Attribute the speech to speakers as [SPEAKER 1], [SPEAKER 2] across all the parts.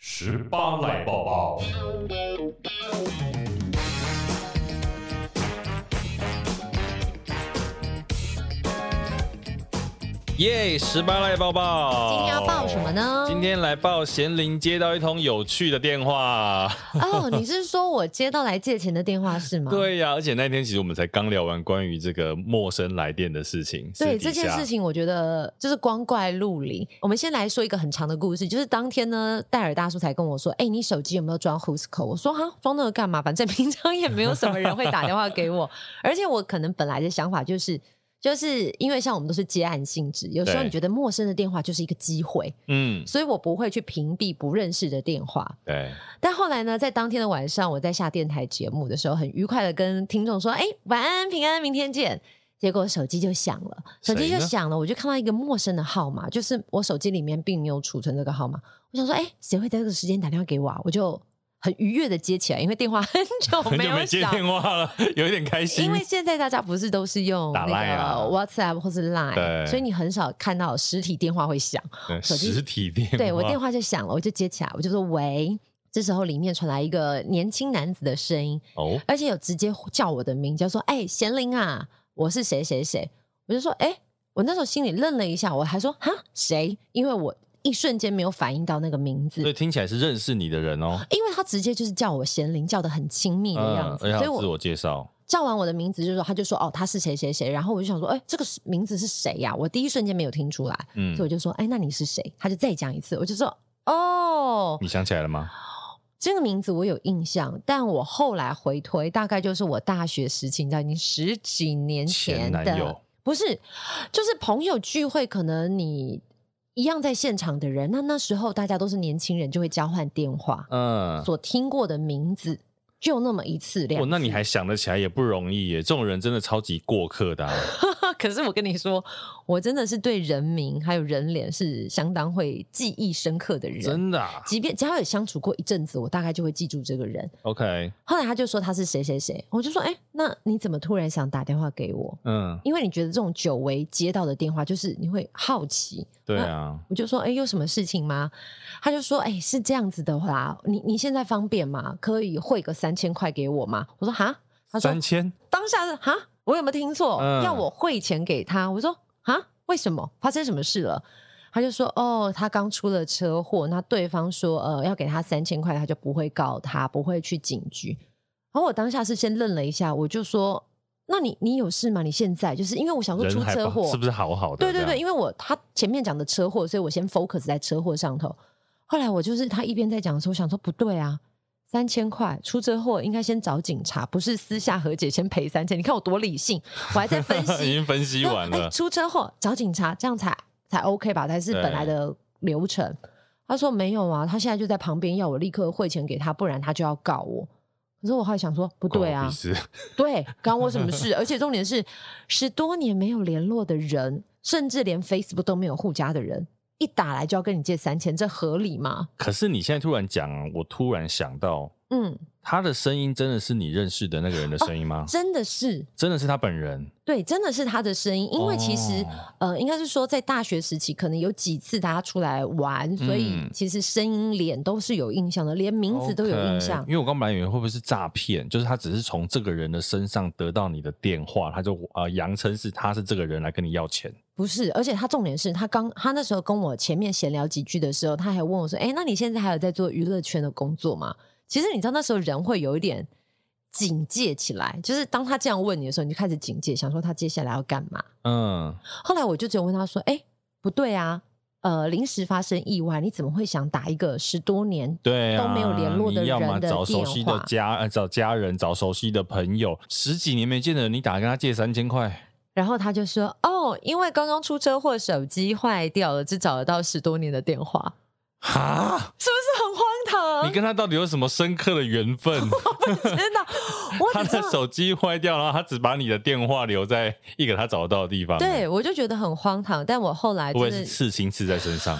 [SPEAKER 1] 十八来抱抱。
[SPEAKER 2] 耶！十八赖抱抱，
[SPEAKER 3] 今天要报什么？呢？
[SPEAKER 2] 今天来报贤玲接到一通有趣的电话，
[SPEAKER 3] 哦，你是说我接到来借钱的电话是吗？
[SPEAKER 2] 对呀、而且那天其实我们才刚聊完关于这个陌生来电的事情，私底
[SPEAKER 3] 对这件
[SPEAKER 2] 下
[SPEAKER 3] 事情，我觉得就是光怪陆离。我们先来说一个很长的故事，就是当天呢，戴尔大叔才跟我说：“哎、你手机有没有装 Who's Call？” 我说：“哈，装那个干嘛？反正平常也没有什么人会打电话给我。 而且我可能本来的想法就是，就是因为像我们都是接案性质，有时候
[SPEAKER 2] 对
[SPEAKER 3] 你觉得陌生的电话就是一个机会，
[SPEAKER 2] 嗯，
[SPEAKER 3] 所以我不会去屏蔽不认识的电话。
[SPEAKER 2] 对，
[SPEAKER 3] 但后来呢，在当天的晚上，我在下电台节目的时候，很愉快的跟听众说：“哎，晚安，平安，明天见。”结果手机就响了，手机
[SPEAKER 2] 谁
[SPEAKER 3] 就
[SPEAKER 2] 呢
[SPEAKER 3] 响了，我就看到一个陌生的号码，就是我手机里面并没有储存这个号码。我想说，哎，谁会在这个时间打电话给我啊？我就很愉悦的接起来，因为电话很久
[SPEAKER 2] 很
[SPEAKER 3] 没
[SPEAKER 2] 久
[SPEAKER 3] 有
[SPEAKER 2] 没接
[SPEAKER 3] 响。
[SPEAKER 2] 电话了， 有一点开心
[SPEAKER 3] 因为。现在大家不是都是用
[SPEAKER 2] 打
[SPEAKER 3] 那
[SPEAKER 2] Line 啊
[SPEAKER 3] 个 WhatsApp 或是
[SPEAKER 2] 对
[SPEAKER 3] Line，所以你很少看到实体电话会响。
[SPEAKER 2] 对
[SPEAKER 3] 手机
[SPEAKER 2] 嗯实体电话，
[SPEAKER 3] 对我电话就响了，我就接起来，我就说喂。这时候里面传来一个年轻男子的声音，
[SPEAKER 2] 哦，
[SPEAKER 3] 而且有直接叫我的名叫说：“哎、贤玲啊，我是谁谁谁。”我就说：“哎、我那时候心里愣了一下，我还说哈谁？因为我一瞬间没有反应到那个名字
[SPEAKER 2] 所以，听起来是认识你的人哦，
[SPEAKER 3] 因为他直接就是叫我贤玲，叫的很亲密的样子，
[SPEAKER 2] 而且还
[SPEAKER 3] 所以
[SPEAKER 2] 有
[SPEAKER 3] 我
[SPEAKER 2] 嗯哎自我介绍，
[SPEAKER 3] 叫完我的名字就说，他就说哦，他是谁谁谁，然后我就想说，哎、这个是名字是谁呀、我第一瞬间没有听出来，
[SPEAKER 2] 嗯
[SPEAKER 3] 所以，我就说，哎、那你是谁？他就再讲一次，我就说，哦，
[SPEAKER 2] 你想起来了吗？
[SPEAKER 3] 这个名字我有印象，但我后来回推，大概就是我大学时期，你知道，已经十几年前
[SPEAKER 2] 前
[SPEAKER 3] 的，
[SPEAKER 2] 男友
[SPEAKER 3] 不是，就是朋友聚会，可能你一样在现场的人，那那时候大家都是年轻人，就会交换电话，
[SPEAKER 2] 嗯，
[SPEAKER 3] 所听过的名字就那么一次两
[SPEAKER 2] 哦，
[SPEAKER 3] 次。
[SPEAKER 2] 那你还想得起来也不容易耶，这种人真的超级过客的啊、
[SPEAKER 3] 可是我跟你说，我真的是对人名还有人脸是相当会记忆深刻的人。
[SPEAKER 2] 真的啊、
[SPEAKER 3] 即便只要有相处过一阵子，我大概就会记住这个人。
[SPEAKER 2] OK，
[SPEAKER 3] 后来他就说他是谁谁谁，我就说，哎、那你怎么突然想打电话给我？
[SPEAKER 2] 嗯，
[SPEAKER 3] 因为你觉得这种久违接到的电话，就是你会好奇。
[SPEAKER 2] 对啊，
[SPEAKER 3] 我就说，哎、有什么事情吗？他就说，哎、是这样子的话，你你现在方便吗？可以汇个三千块给我吗？我说，哈，他说
[SPEAKER 2] 三千，
[SPEAKER 3] 当下是哈，我有没有听错？
[SPEAKER 2] 嗯
[SPEAKER 3] 要我汇钱给他？我说哈，为什么？发生什么事了？他就说哦，他刚出了车祸，那对方说呃要给他三千块，他就不会告他，不会去警局。然后我当下是先愣了一下，我就说那你你有事吗？你现在就是因为我想说
[SPEAKER 2] 人
[SPEAKER 3] 出
[SPEAKER 2] 还
[SPEAKER 3] 车
[SPEAKER 2] 不
[SPEAKER 3] 祸
[SPEAKER 2] 是不是好好的？
[SPEAKER 3] 对对
[SPEAKER 2] 这
[SPEAKER 3] 对，
[SPEAKER 2] 样，
[SPEAKER 3] 因为我他前面讲的车祸，所以我先 focus 在车祸上头。后来我就是他一边在讲的时候，我想说不对啊，三千块出车祸应该先找警察，不是私下和解先赔三千。你看我多理性，我还在 分
[SPEAKER 2] 已
[SPEAKER 3] 析。
[SPEAKER 2] 经分析完
[SPEAKER 3] 哎
[SPEAKER 2] 了，
[SPEAKER 3] 出车祸找警察，这样才才 OK 吧？才是
[SPEAKER 2] 对
[SPEAKER 3] 本来的流程。他说没有啊，他现在就在旁边要我立刻汇钱给他，不然他就要告我。可是我后来想说，不对
[SPEAKER 2] 关我
[SPEAKER 3] 啊
[SPEAKER 2] 屁，事
[SPEAKER 3] 对，关我什么事？而 且重点是，十多年没有联络的人，甚至连 Facebook 都没有互加的人，一打来就要跟你借三千，这合理吗？
[SPEAKER 2] 可是你现在突然讲，啊我突然想到，
[SPEAKER 3] 嗯，
[SPEAKER 2] 他的声音真的是你认识的那个人的声音吗？
[SPEAKER 3] 真的是，
[SPEAKER 2] 真的是他本人？
[SPEAKER 3] 对，真的是他的声音。因为其实，
[SPEAKER 2] 哦
[SPEAKER 3] 呃，应该是说在大学时期，可能有几次大家出来玩，所以
[SPEAKER 2] 嗯
[SPEAKER 3] 其实声音、脸都是有印象的，连名字都有印象
[SPEAKER 2] OK，因。为我刚本来以为会不会是诈骗，就是他只是从这个人的身上得到你的电话，他就呃扬称是他是这个人来跟你要钱。
[SPEAKER 3] 不是，而且他重点是他刚他那时候跟我前面闲聊几句的时候，他还问我说：“哎、那你现在还有在做娱乐圈的工作吗？”其实你知道那时候人会有一点警戒起来，就是当他这样问你的时候，你就开始警戒，想说他接下来要干嘛。
[SPEAKER 2] 嗯，
[SPEAKER 3] 后来我就只有问他说：“哎、不对啊，呃，临时发生意外，你怎么会想打一个十多年
[SPEAKER 2] 对、啊，
[SPEAKER 3] 都没有联络的
[SPEAKER 2] 你要
[SPEAKER 3] 人
[SPEAKER 2] 么
[SPEAKER 3] 的
[SPEAKER 2] 找熟
[SPEAKER 3] 电
[SPEAKER 2] 悉的
[SPEAKER 3] 话
[SPEAKER 2] 家，呃，找家人，找熟悉的朋友，十几年没见的人，你打跟他借三千块，
[SPEAKER 3] 然后他就说：“哦，因为刚刚出车祸，手机坏掉了，只找得到十多年的电话，
[SPEAKER 2] 哈，
[SPEAKER 3] 是不是很荒唐？”
[SPEAKER 2] 你跟他到底有什么深刻的缘分？
[SPEAKER 3] 真的，
[SPEAKER 2] 他
[SPEAKER 3] 知
[SPEAKER 2] 的
[SPEAKER 3] 道
[SPEAKER 2] 手机坏掉，然后他只把你的电话留在一个他找得到的地方。
[SPEAKER 3] 对，我就觉得很荒唐，但我后来
[SPEAKER 2] 会不
[SPEAKER 3] 真
[SPEAKER 2] 会是
[SPEAKER 3] 的
[SPEAKER 2] 刺青刺在身上？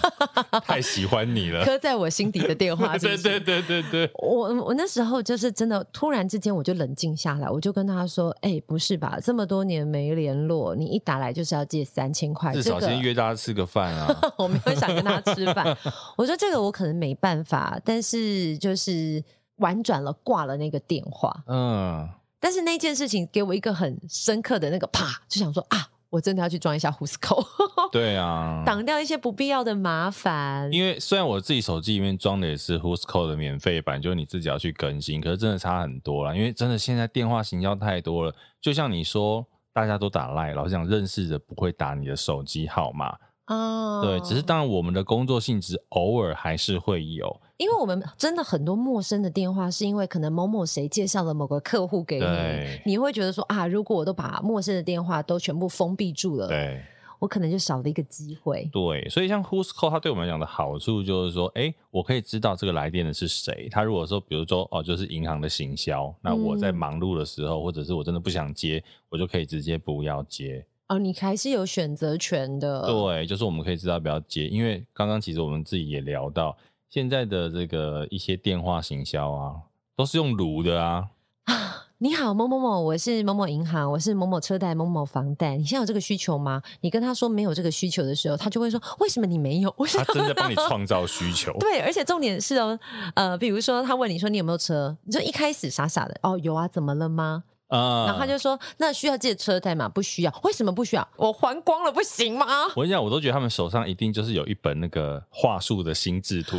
[SPEAKER 2] 太喜欢你 了。
[SPEAKER 3] 刻在我心底的电话，是
[SPEAKER 2] 对
[SPEAKER 3] 不是
[SPEAKER 2] 对对对对，
[SPEAKER 3] 我我那时候就是真的，突然之间我就冷静下来，我就跟他说：“哎、不是吧？这么多年没联络，你一打来就是要借三千块，
[SPEAKER 2] 至少
[SPEAKER 3] 这个
[SPEAKER 2] 先约大家吃个饭啊。
[SPEAKER 3] 我没有想跟他吃饭。我说这个我可能没办法，但是就是婉转了，挂了那个电话。
[SPEAKER 2] 嗯，
[SPEAKER 3] 但是那件事情给我一个很深刻的那个啪，就想说啊，我真的要去装一下 Who's Call，
[SPEAKER 2] 对啊。
[SPEAKER 3] 挡掉一些不必要的麻烦。
[SPEAKER 2] 因为虽然我自己手机里面装的也是 Who's Call 的免费版，就是你自己要去更新，可是真的差很多啦。因为真的现在电话行销太多了，就像你说，大家都打赖，老实讲，认识的不会打你的手机号码。
[SPEAKER 3] 哦，
[SPEAKER 2] 对，只是当然我们的工作性质偶尔还是会有。
[SPEAKER 3] 因为我们真的很多陌生的电话，是因为可能某某谁介绍了某个客户给
[SPEAKER 2] 对
[SPEAKER 3] 你，你会觉得说啊，如果我都把陌生的电话都全部封闭住了，
[SPEAKER 2] 对
[SPEAKER 3] 我可能就少了一个机会。
[SPEAKER 2] 对，所以像 Who's Call 它对我们来讲的好处就是说，哎，我可以知道这个来电的是谁。他如果说，比如说哦，就是银行的行销，那我在
[SPEAKER 3] 嗯
[SPEAKER 2] 忙碌的时候，或者是我真的不想接，我就可以直接不要接。
[SPEAKER 3] 哦，你还是有选择权的。
[SPEAKER 2] 对，就是我们可以知道不要接，因为刚刚其实我们自己也聊到，现在的这个一些电话行销啊，都是用撸的啊。
[SPEAKER 3] 你好，某某某，我是某某银行，我是某某车贷、某某房贷，你现在有这个需求吗？你跟他说没有这个需求的时候，他就会说为什么你没有？为什
[SPEAKER 2] 他
[SPEAKER 3] 么？。
[SPEAKER 2] 真的帮你创造需求
[SPEAKER 3] 对，而且重点是哦，呃，比如说他问你说你有没有车，你就一开始傻傻的，哦，有啊，怎么了吗？
[SPEAKER 2] 啊、
[SPEAKER 3] 然后他就说：“那需要借车贷吗？不需要，为什么不需要？我还光了不行吗
[SPEAKER 2] 我跟你讲，我都觉得他们手上一定就是有一本那个话术的心智图，？”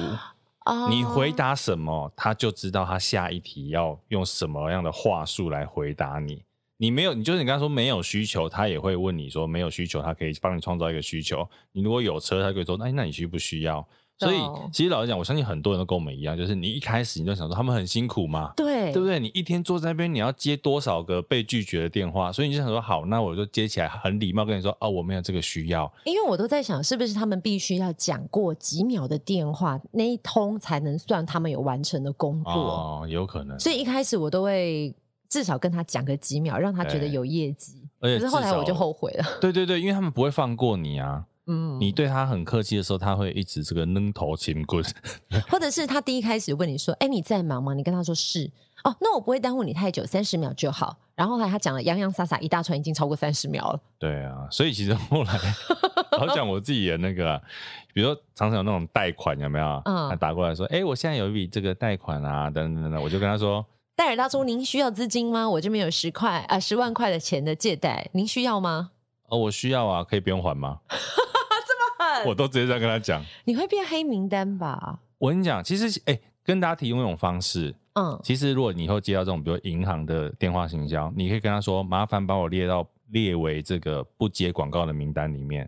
[SPEAKER 3] 啊
[SPEAKER 2] 你回答什么，他就知道他下一题要用什么样的话术来回答你。你没有，你就是你刚才说没有需求，他也会问你说没有需求，他可以帮你创造一个需求。你如果有车，他就会说，哎，那你需不需要？所以
[SPEAKER 3] 懂
[SPEAKER 2] 其实老实讲，我相信很多人都跟我们一样，就是你一开始你就想说他们很辛苦嘛，
[SPEAKER 3] 对
[SPEAKER 2] 对不对？你一天坐在那边，你要接多少个被拒绝的电话？所以你就想说，好，那我就接起来，很礼貌跟你说，哦，我没有这个需要。
[SPEAKER 3] 因为我都在想，是不是他们必须要讲过几秒的电话那一通才能算他们有完成的工作？
[SPEAKER 2] 哦，有可能。
[SPEAKER 3] 所以一开始我都会至少跟他讲个几秒，让他觉得
[SPEAKER 2] 对
[SPEAKER 3] 有业绩。
[SPEAKER 2] 而且
[SPEAKER 3] 可是后
[SPEAKER 2] 至
[SPEAKER 3] 来我
[SPEAKER 2] 少
[SPEAKER 3] 就后悔了。
[SPEAKER 2] 对对对，因为他们不会放过你啊。
[SPEAKER 3] 嗯，
[SPEAKER 2] 你对他很客气的时候，他会一直这个扔头擒棍。
[SPEAKER 3] 或者是他第一开始问你说：“哎，你在忙吗？”你跟他说是。哦，那我不会耽误你太久，三十秒就好。然后后来他讲了洋洋洒洒一大串，已经超过三十秒了。
[SPEAKER 2] 对啊，所以其实后来，老讲我自己的那个、啊，比如说常常有那种贷款，有没有？
[SPEAKER 3] 嗯
[SPEAKER 2] 他打过来说：“哎、我现在有一笔这个贷款啊，等等等等。”我就跟他说
[SPEAKER 3] 戴尔大叔，您需要资金吗？我这边有十块啊，十、0万块的钱的借贷，您需要吗？：“
[SPEAKER 2] 哦，我需要啊，可以不用还吗？”这么
[SPEAKER 3] 嗯
[SPEAKER 2] 狠，我都直接这样跟他讲。
[SPEAKER 3] 你会变黑名单吧？
[SPEAKER 2] 我跟你讲，其实哎、跟大家提供一种方式，
[SPEAKER 3] 嗯，
[SPEAKER 2] 其实如果你以后接到这种，比如银行的电话行销，你可以跟他说：“麻烦把我列到列为这个不接广告的名单里面。”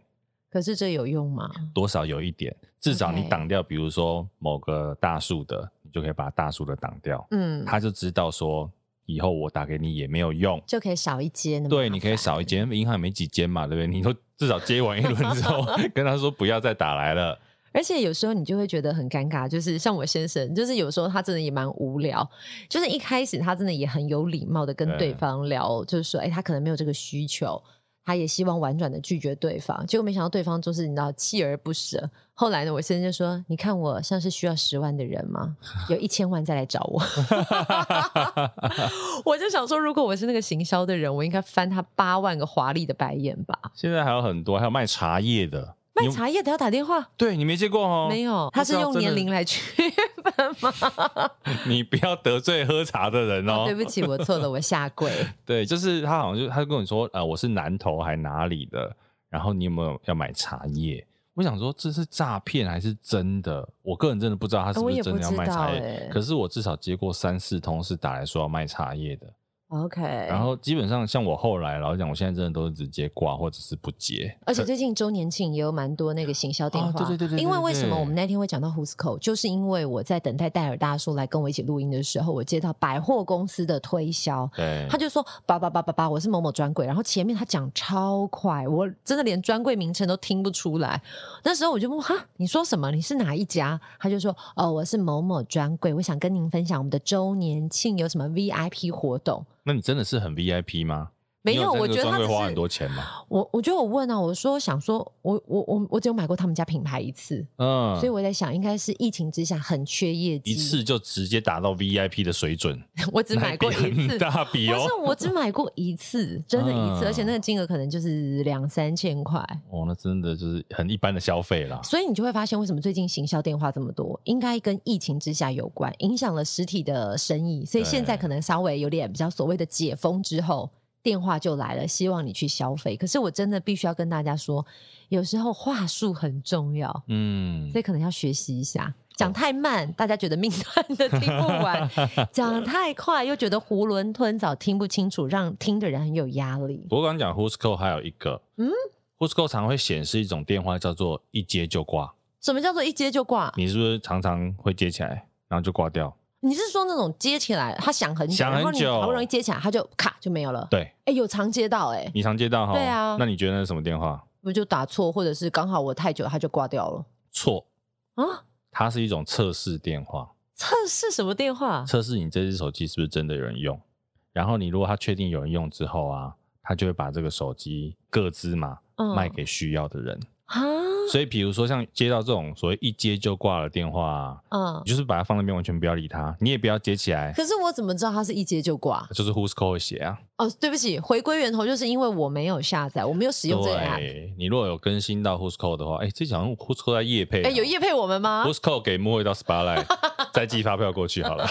[SPEAKER 3] 可是这有用吗？
[SPEAKER 2] 多少有一点，至少你
[SPEAKER 3] OK
[SPEAKER 2] 挡掉，比如说某个大树的，你就可以把大树的挡掉，
[SPEAKER 3] 嗯，
[SPEAKER 2] 他就知道说以后我打给你也没有用。
[SPEAKER 3] 就可以少一间。那么
[SPEAKER 2] 对，
[SPEAKER 3] 麻
[SPEAKER 2] 你可以
[SPEAKER 3] 烦
[SPEAKER 2] 少一间，银行也没几间嘛，对不对？你都至少接完一轮之 后，跟他说不要再打来了。
[SPEAKER 3] 而且有时候你就会觉得很尴尬，就是像我先生，就是有时候他真的也蛮无聊，就是一开始他真的也很有礼貌的跟
[SPEAKER 2] 对
[SPEAKER 3] 对方聊，就是说，哎、他可能没有这个需求，他也希望婉转的拒绝对方，结果没想到对方就是你知道锲而不舍。后来呢，我先生就说：“你看我像是需要十万的人吗？有一千万再来找我。”我就想说，如果我是那个行销的人，我应该翻他八万个华丽的白眼吧？
[SPEAKER 2] 现在还有很多，还有卖茶叶的，
[SPEAKER 3] 卖
[SPEAKER 2] 你
[SPEAKER 3] 茶叶的要打电话？
[SPEAKER 2] 对你没接过哦？
[SPEAKER 3] 没有，
[SPEAKER 2] 不
[SPEAKER 3] 他是
[SPEAKER 2] 知道
[SPEAKER 3] 用
[SPEAKER 2] 真的
[SPEAKER 3] 年龄， 来区
[SPEAKER 2] 你不要得罪喝茶的人哦。
[SPEAKER 3] 对不起，我错了，我下 跪。
[SPEAKER 2] 对，就是他好像就他就跟我说，呃，我是南投还哪里的，然后你有没有要买茶叶？我想说这是诈骗还是真的？我个人真的不知道他是
[SPEAKER 3] 我
[SPEAKER 2] 不是
[SPEAKER 3] 也
[SPEAKER 2] 真
[SPEAKER 3] 不
[SPEAKER 2] 的要
[SPEAKER 3] 知
[SPEAKER 2] 卖
[SPEAKER 3] 道
[SPEAKER 2] 茶叶，
[SPEAKER 3] 欸
[SPEAKER 2] 可是我至少接过三四通是打来说要卖茶叶的。
[SPEAKER 3] OK，
[SPEAKER 2] 然后基本上像我后来老实讲，我现在真的都是直接挂或者是不接。
[SPEAKER 3] 而且最近周年庆也有蛮多那个行销电话，
[SPEAKER 2] 哦对对对对对
[SPEAKER 3] 因为为什么
[SPEAKER 2] 对
[SPEAKER 3] 我们那天会讲到 Who's Call，就是因为我在等待戴尔大叔来跟我一起录音的时候，我接到百货公司的推销。
[SPEAKER 2] 对，
[SPEAKER 3] 他就说：“爸爸爸爸爸，我是某某专柜。”然后前面他讲超快，我真的连专柜名称都听不出来。那时候我就问：“哈，你说什么？你是哪一家？”他就说：“哦，我是某某专柜，我想跟您分享我们的周年庆有什么 VIP 活动。”
[SPEAKER 2] 那你真的是很 VIP 吗？
[SPEAKER 3] 没
[SPEAKER 2] 你
[SPEAKER 3] 有，
[SPEAKER 2] 在那
[SPEAKER 3] 我
[SPEAKER 2] 个
[SPEAKER 3] 觉得
[SPEAKER 2] 专
[SPEAKER 3] 他
[SPEAKER 2] 柜
[SPEAKER 3] 只
[SPEAKER 2] 花
[SPEAKER 3] 是
[SPEAKER 2] 很多钱吗？
[SPEAKER 3] 我我觉得我问啊，我说想说，我我我我只有买过他们家品牌一次，
[SPEAKER 2] 嗯，
[SPEAKER 3] 所以我在想，应该是疫情之下很缺业绩，
[SPEAKER 2] 一次就直接达到 VIP 的水准，
[SPEAKER 3] 我只买过
[SPEAKER 2] 那比
[SPEAKER 3] 一次
[SPEAKER 2] 很，大笔
[SPEAKER 3] 不
[SPEAKER 2] 哦
[SPEAKER 3] 是。我只买过一次，真的一
[SPEAKER 2] 嗯
[SPEAKER 3] 次，而且那个金额可能就是两三千块，
[SPEAKER 2] 哦，那真的就是很一般的消费啦。
[SPEAKER 3] 所以你就会发现为什么最近行销电话这么多，应该跟疫情之下有关，影响了实体的生意，所以
[SPEAKER 2] 对
[SPEAKER 3] 现在可能稍微有点比较所谓的解封之后。电话就来了，希望你去消费。可是我真的必须要跟大家说，有时候话术很重要。
[SPEAKER 2] 嗯
[SPEAKER 3] 所，以可能要学习一下。
[SPEAKER 2] 哦
[SPEAKER 3] 讲太慢，大家觉得命短的听不完； 讲太快，又觉得囫囵吞枣，听不清楚，让听的人很有压力。
[SPEAKER 2] 我刚刚讲 Who'sco 还有一个，嗯
[SPEAKER 3] 嗯
[SPEAKER 2] ，Who'sco 常会显示一种电话叫做一接就挂，
[SPEAKER 3] 什么叫做一接就挂？
[SPEAKER 2] 你是不是常常会接起来，然后就挂掉？
[SPEAKER 3] 你是说那种接起来，他想很久，
[SPEAKER 2] 想很
[SPEAKER 3] 然后你
[SPEAKER 2] 久
[SPEAKER 3] 好不容易接起来，他就咔就没有了？
[SPEAKER 2] 对
[SPEAKER 3] 哎、有常接到哎、
[SPEAKER 2] 你常接到哈？
[SPEAKER 3] 对啊
[SPEAKER 2] 那你觉得那是什么电话？
[SPEAKER 3] 我就打错，或者是刚好我太久，他就挂掉了
[SPEAKER 2] 错，
[SPEAKER 3] 啊？
[SPEAKER 2] 它是一种测试电话，
[SPEAKER 3] 测试什么电话？
[SPEAKER 2] 测试你这只手机是不是真的有人用。然后你如果他确定有人用之后啊，他就会把这个手机各自嘛
[SPEAKER 3] 嗯
[SPEAKER 2] 卖给需要的人。
[SPEAKER 3] 啊？
[SPEAKER 2] 所以比如说像接到这种所谓一接就挂的电话、啊，
[SPEAKER 3] 嗯
[SPEAKER 2] 你，就是把它放那边完全不要理它，你也不要接起来，
[SPEAKER 3] 可是我怎么知道他是一接就挂？
[SPEAKER 2] 就是 Who's Call 会写啊。
[SPEAKER 3] 哦，对不起，回归源头就是因为我没有下载，我没有使用这个啊 app。
[SPEAKER 2] 对，你如果有更新到 Who's Call 的话，哎，这好像 Who's Call 在夜配、啊，
[SPEAKER 3] 哎、有业配我们吗？
[SPEAKER 2] Who's Call 给摸一到 Spotlight，再寄发票过去好了。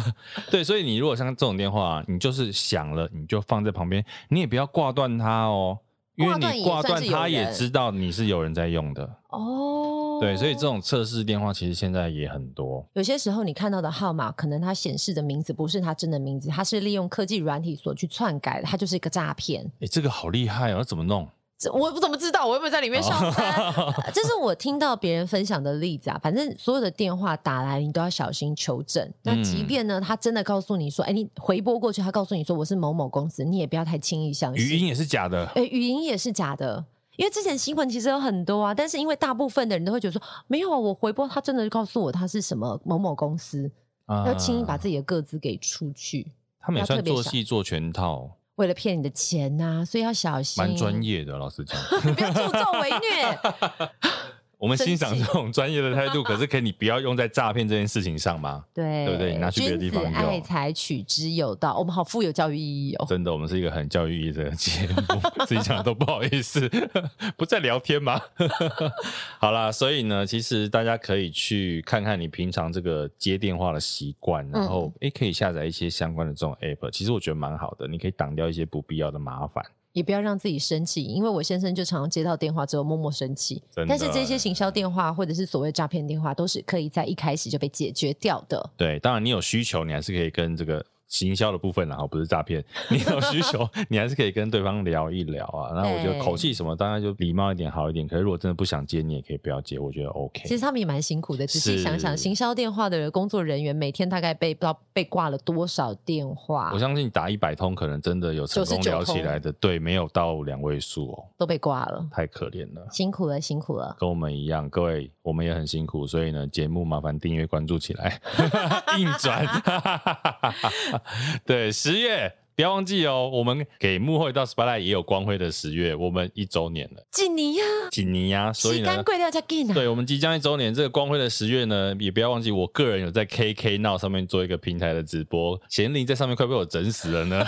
[SPEAKER 2] 对，所以你如果像这种电话，啊你就是响了，你就放在旁边，你也不要挂断它哦，因为你挂
[SPEAKER 3] 挂
[SPEAKER 2] 断
[SPEAKER 3] 断也算是有
[SPEAKER 2] 它也
[SPEAKER 3] 人
[SPEAKER 2] 知道你是有人在用的。
[SPEAKER 3] 哦，
[SPEAKER 2] 对，所以这种测试电话其实现在也很多。
[SPEAKER 3] 有些时候你看到的号码，可能它显示的名字不是它真的名字，它是利用科技软体所去篡改的，它就是一个诈骗。
[SPEAKER 2] 哎，这个好厉害哦，那怎么弄？
[SPEAKER 3] 这我怎么知道？我又没有在里面上
[SPEAKER 2] 哦
[SPEAKER 3] 班。 这是我听到别人分享的例子啊。反正所有的电话打来，你都要小心求证。那
[SPEAKER 2] 嗯
[SPEAKER 3] 即便呢，他真的告诉你说，哎，你回拨过去，他告诉你说我是某某公司，你也不要太轻易相信。
[SPEAKER 2] 语音也是假的。
[SPEAKER 3] 诶，语音也是假的。因为之前新闻其实有很多啊，但是因为大部分的人都会觉得说，没有啊，我回拨他真的告诉我他是什么某某公司，要轻易把自
[SPEAKER 2] 己，
[SPEAKER 3] 己的个资给出去，
[SPEAKER 2] 啊他们也
[SPEAKER 3] 要
[SPEAKER 2] 算
[SPEAKER 3] 特别
[SPEAKER 2] 做
[SPEAKER 3] 想
[SPEAKER 2] 戏做全套，
[SPEAKER 3] 为了骗你的钱呐、所以要小心。
[SPEAKER 2] 蛮 专，业的。老实讲，
[SPEAKER 3] 不要助纣为虐。
[SPEAKER 2] 我们欣赏
[SPEAKER 3] 生
[SPEAKER 2] 这
[SPEAKER 3] 气
[SPEAKER 2] 种专业的态度，可是可以你不要用在诈骗这件事情上吗？
[SPEAKER 3] 对
[SPEAKER 2] 对不对你拿去别的地方
[SPEAKER 3] 君子
[SPEAKER 2] 用
[SPEAKER 3] 爱财，取之有道。我们好富有教育意义哦。
[SPEAKER 2] 真的，我们是一个很教育意义的节目， 自己讲都不好意思，不在聊天吗？ 好啦，所以呢，其实大家可以去看看你平常这个接电话的习惯，然后诶、可以下载一些相关的这种 app，其实我觉得蛮好的，你可以挡掉一些不必要的麻烦。
[SPEAKER 3] 也不要让自己生气，因为我先生就常常接到电话之后默默生气
[SPEAKER 2] 真。的欸
[SPEAKER 3] 但是这些行销电话或者是所谓诈骗电话，都是可以在一开始就被解决掉的。
[SPEAKER 2] 对，当然你有需求，你还是可以跟这个行销的部分啦，然哦后不是诈骗，你有需求，你还是可以跟对方聊一聊啊。那我觉得
[SPEAKER 3] 对
[SPEAKER 2] 口气什么，当然就礼貌一点好一点。可是如果真的不想接，你也可以不要接，我觉得 OK。
[SPEAKER 3] 其实他们也蛮辛苦的，只
[SPEAKER 2] 是
[SPEAKER 3] 是想想行销电话的工作人员每天大概被不知道被挂了多少电话
[SPEAKER 2] 我，相信打一百通，可能真的有成功
[SPEAKER 3] 99
[SPEAKER 2] 聊起来的，对，没有到两位数哦，
[SPEAKER 3] 都被挂了，
[SPEAKER 2] 太可怜了。
[SPEAKER 3] 辛苦了，辛苦了。
[SPEAKER 2] 跟我们一样，各位，我们也很辛苦，所以呢，节目麻烦订阅关注起来， 硬转。对，十月不要忘记哦，我们给幕后一道 spotlight 也有光辉的十月，我们一周年了，
[SPEAKER 3] 静妮呀，
[SPEAKER 2] 几尼呀，所以
[SPEAKER 3] 吸
[SPEAKER 2] 呢
[SPEAKER 3] 干。贵料加进啊，
[SPEAKER 2] 对我们即将一周年，这个光辉的十月呢，也不要忘记，我个人有在 KK Now 上面做一个平台的直播，贤玲在上面快被我整死了呢。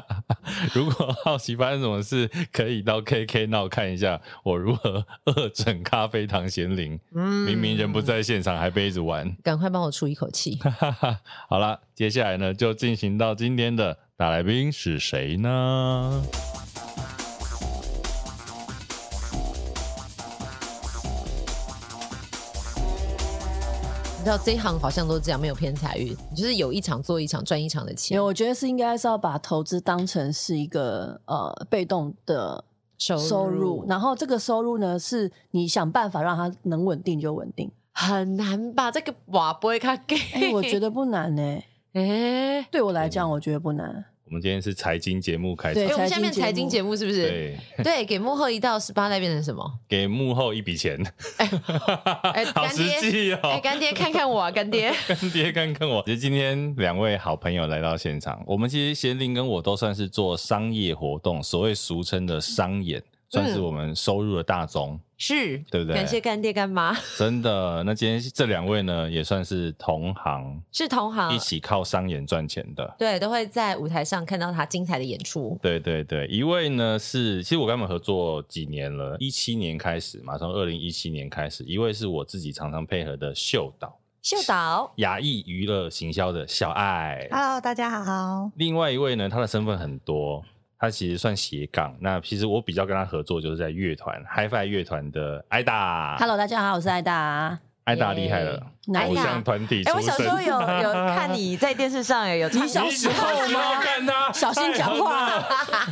[SPEAKER 2] 如果好奇发生什么事，可以到 KK Now 看一下我如何恶整咖啡糖贤玲，
[SPEAKER 3] 嗯
[SPEAKER 2] 明明人不，在现场还被一直玩。
[SPEAKER 3] 赶快帮我出一口气。
[SPEAKER 2] 好啦，接下来呢就进行到今天的大来宾是谁呢？
[SPEAKER 3] 你知道这一行好像都这样，没有偏财运，你就是有一场做一场，赚一场的钱
[SPEAKER 4] 有，。我觉得是应该是要把投资当成是一个呃被动的
[SPEAKER 3] 收入
[SPEAKER 4] 收入，然后这个收入呢是你想办法让它能稳定就稳定。
[SPEAKER 3] 很难吧？这个瓦不会看给
[SPEAKER 4] 哎、我觉得不难呢、
[SPEAKER 3] 哎、
[SPEAKER 4] 对我来讲我觉得不难。
[SPEAKER 2] 我我们今天是财经节目开
[SPEAKER 3] 哎、
[SPEAKER 4] 对
[SPEAKER 2] 场，
[SPEAKER 3] 我们下面财
[SPEAKER 4] 财经
[SPEAKER 3] 经节
[SPEAKER 4] 节
[SPEAKER 3] 目是不是？
[SPEAKER 2] 对，
[SPEAKER 3] 对，给幕后一到十八代变成什么？
[SPEAKER 2] 给幕后一笔钱，
[SPEAKER 3] 哎
[SPEAKER 2] 好
[SPEAKER 3] 干爹
[SPEAKER 2] 实际
[SPEAKER 3] 哎、
[SPEAKER 2] 哦。
[SPEAKER 3] 干爹看看我啊，干 爹。
[SPEAKER 2] 干爹跟跟我，其实今天两位好朋友来到现场，我们其实贤玲跟我都算是做商业活动，所谓俗称的商演，算是我们收入的大宗，
[SPEAKER 3] 是，
[SPEAKER 2] 对不对？
[SPEAKER 3] 嗯感谢干爹干妈，
[SPEAKER 2] 真的。那今天这两位呢，也算是同行，
[SPEAKER 3] 是同行
[SPEAKER 2] 一，起靠商演赚钱的。
[SPEAKER 3] 对，都会在舞台上看到他精彩的演出。
[SPEAKER 2] 对对对，一位呢是，其实我跟他们合作几年了，一七年开始嘛，从二零一七年开始。一位是我自己常常配合的秀导，
[SPEAKER 3] 秀导
[SPEAKER 2] 亚艺娱乐行销的小爱。
[SPEAKER 3] 啊
[SPEAKER 5] Hello，大家好。
[SPEAKER 2] 另外一位呢，他的身份很多，他其实算斜杠。那其实我比较跟他合作，就是在乐团 HiFi 乐团的艾达。
[SPEAKER 4] Hello，大家好，我是艾达。
[SPEAKER 2] 艾达厉害了，
[SPEAKER 4] 哪
[SPEAKER 2] 偶
[SPEAKER 4] 里啊
[SPEAKER 2] 像团体
[SPEAKER 5] 哎、
[SPEAKER 2] 出
[SPEAKER 5] 我小时
[SPEAKER 2] 身。
[SPEAKER 5] 候有有 看你在电视上有有唱
[SPEAKER 4] 你小
[SPEAKER 2] 你
[SPEAKER 4] 时
[SPEAKER 2] 小
[SPEAKER 4] 候
[SPEAKER 2] 时候看他，
[SPEAKER 4] 小心讲
[SPEAKER 2] 太狠了。
[SPEAKER 4] 话。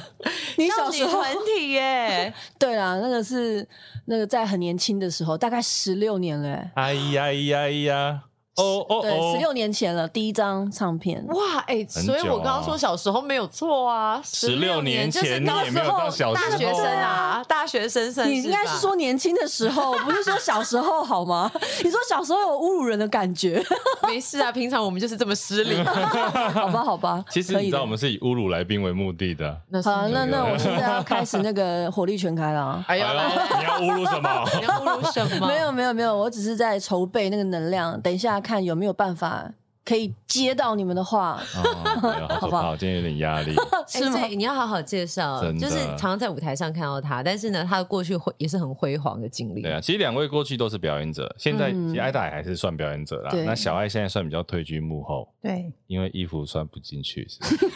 [SPEAKER 4] 你小时候
[SPEAKER 5] 少女团体耶，
[SPEAKER 4] 对啦，那个是那个在很年轻的时候，大概十六年了、欸，
[SPEAKER 2] 哎呀哎呀哎呀！哦哦
[SPEAKER 4] 对，
[SPEAKER 2] 哦！
[SPEAKER 4] 十六年前了，第一张唱片。
[SPEAKER 5] 哇，哎、
[SPEAKER 2] 久啊
[SPEAKER 5] 所以我刚刚说小时候没有错啊，
[SPEAKER 2] 十六年
[SPEAKER 5] 就是
[SPEAKER 2] 前你
[SPEAKER 5] 高
[SPEAKER 2] 也没有到小时
[SPEAKER 5] 大
[SPEAKER 2] 候
[SPEAKER 5] 学生啊，大学生算是吧
[SPEAKER 4] 你应该是说年轻的时候，不是说小时候好吗？ 你说小时候有侮辱人的感觉，
[SPEAKER 3] 没事啊，平常我们就是这么 失礼。
[SPEAKER 4] 好吧，好吧。
[SPEAKER 2] 其实
[SPEAKER 4] 可
[SPEAKER 2] 你
[SPEAKER 4] 以
[SPEAKER 2] 知道
[SPEAKER 4] 的
[SPEAKER 2] 我们是以侮辱来宾为目的的。
[SPEAKER 3] 那
[SPEAKER 4] 好啊，
[SPEAKER 3] 是。
[SPEAKER 4] 那
[SPEAKER 2] 对
[SPEAKER 4] 那我现在要开始 那个火力全开了啊
[SPEAKER 3] 哎呦，来来
[SPEAKER 2] 你要侮辱什么？
[SPEAKER 3] 你要侮辱什么？
[SPEAKER 4] 没有没有没有，我只是在筹备那个能量，等一下看有没有办法可以接到你们的话，
[SPEAKER 2] 哦哎呀好可
[SPEAKER 4] 好不好
[SPEAKER 2] 怕！我今天有点压力。
[SPEAKER 3] 哎，
[SPEAKER 4] 是吗
[SPEAKER 3] 所？以你要好好介绍，
[SPEAKER 2] 真的
[SPEAKER 3] 就是常常在舞台上看到他，但是呢，他过去会也是很辉煌的经历
[SPEAKER 2] 对。啊，其实两位过去都是表演者，现在
[SPEAKER 4] 嗯
[SPEAKER 2] 其实艾大也还是算表演者啦。
[SPEAKER 4] 对
[SPEAKER 2] 那小艾现在算比较退居幕后，
[SPEAKER 5] 对，
[SPEAKER 2] 因为衣服穿不进去。是不是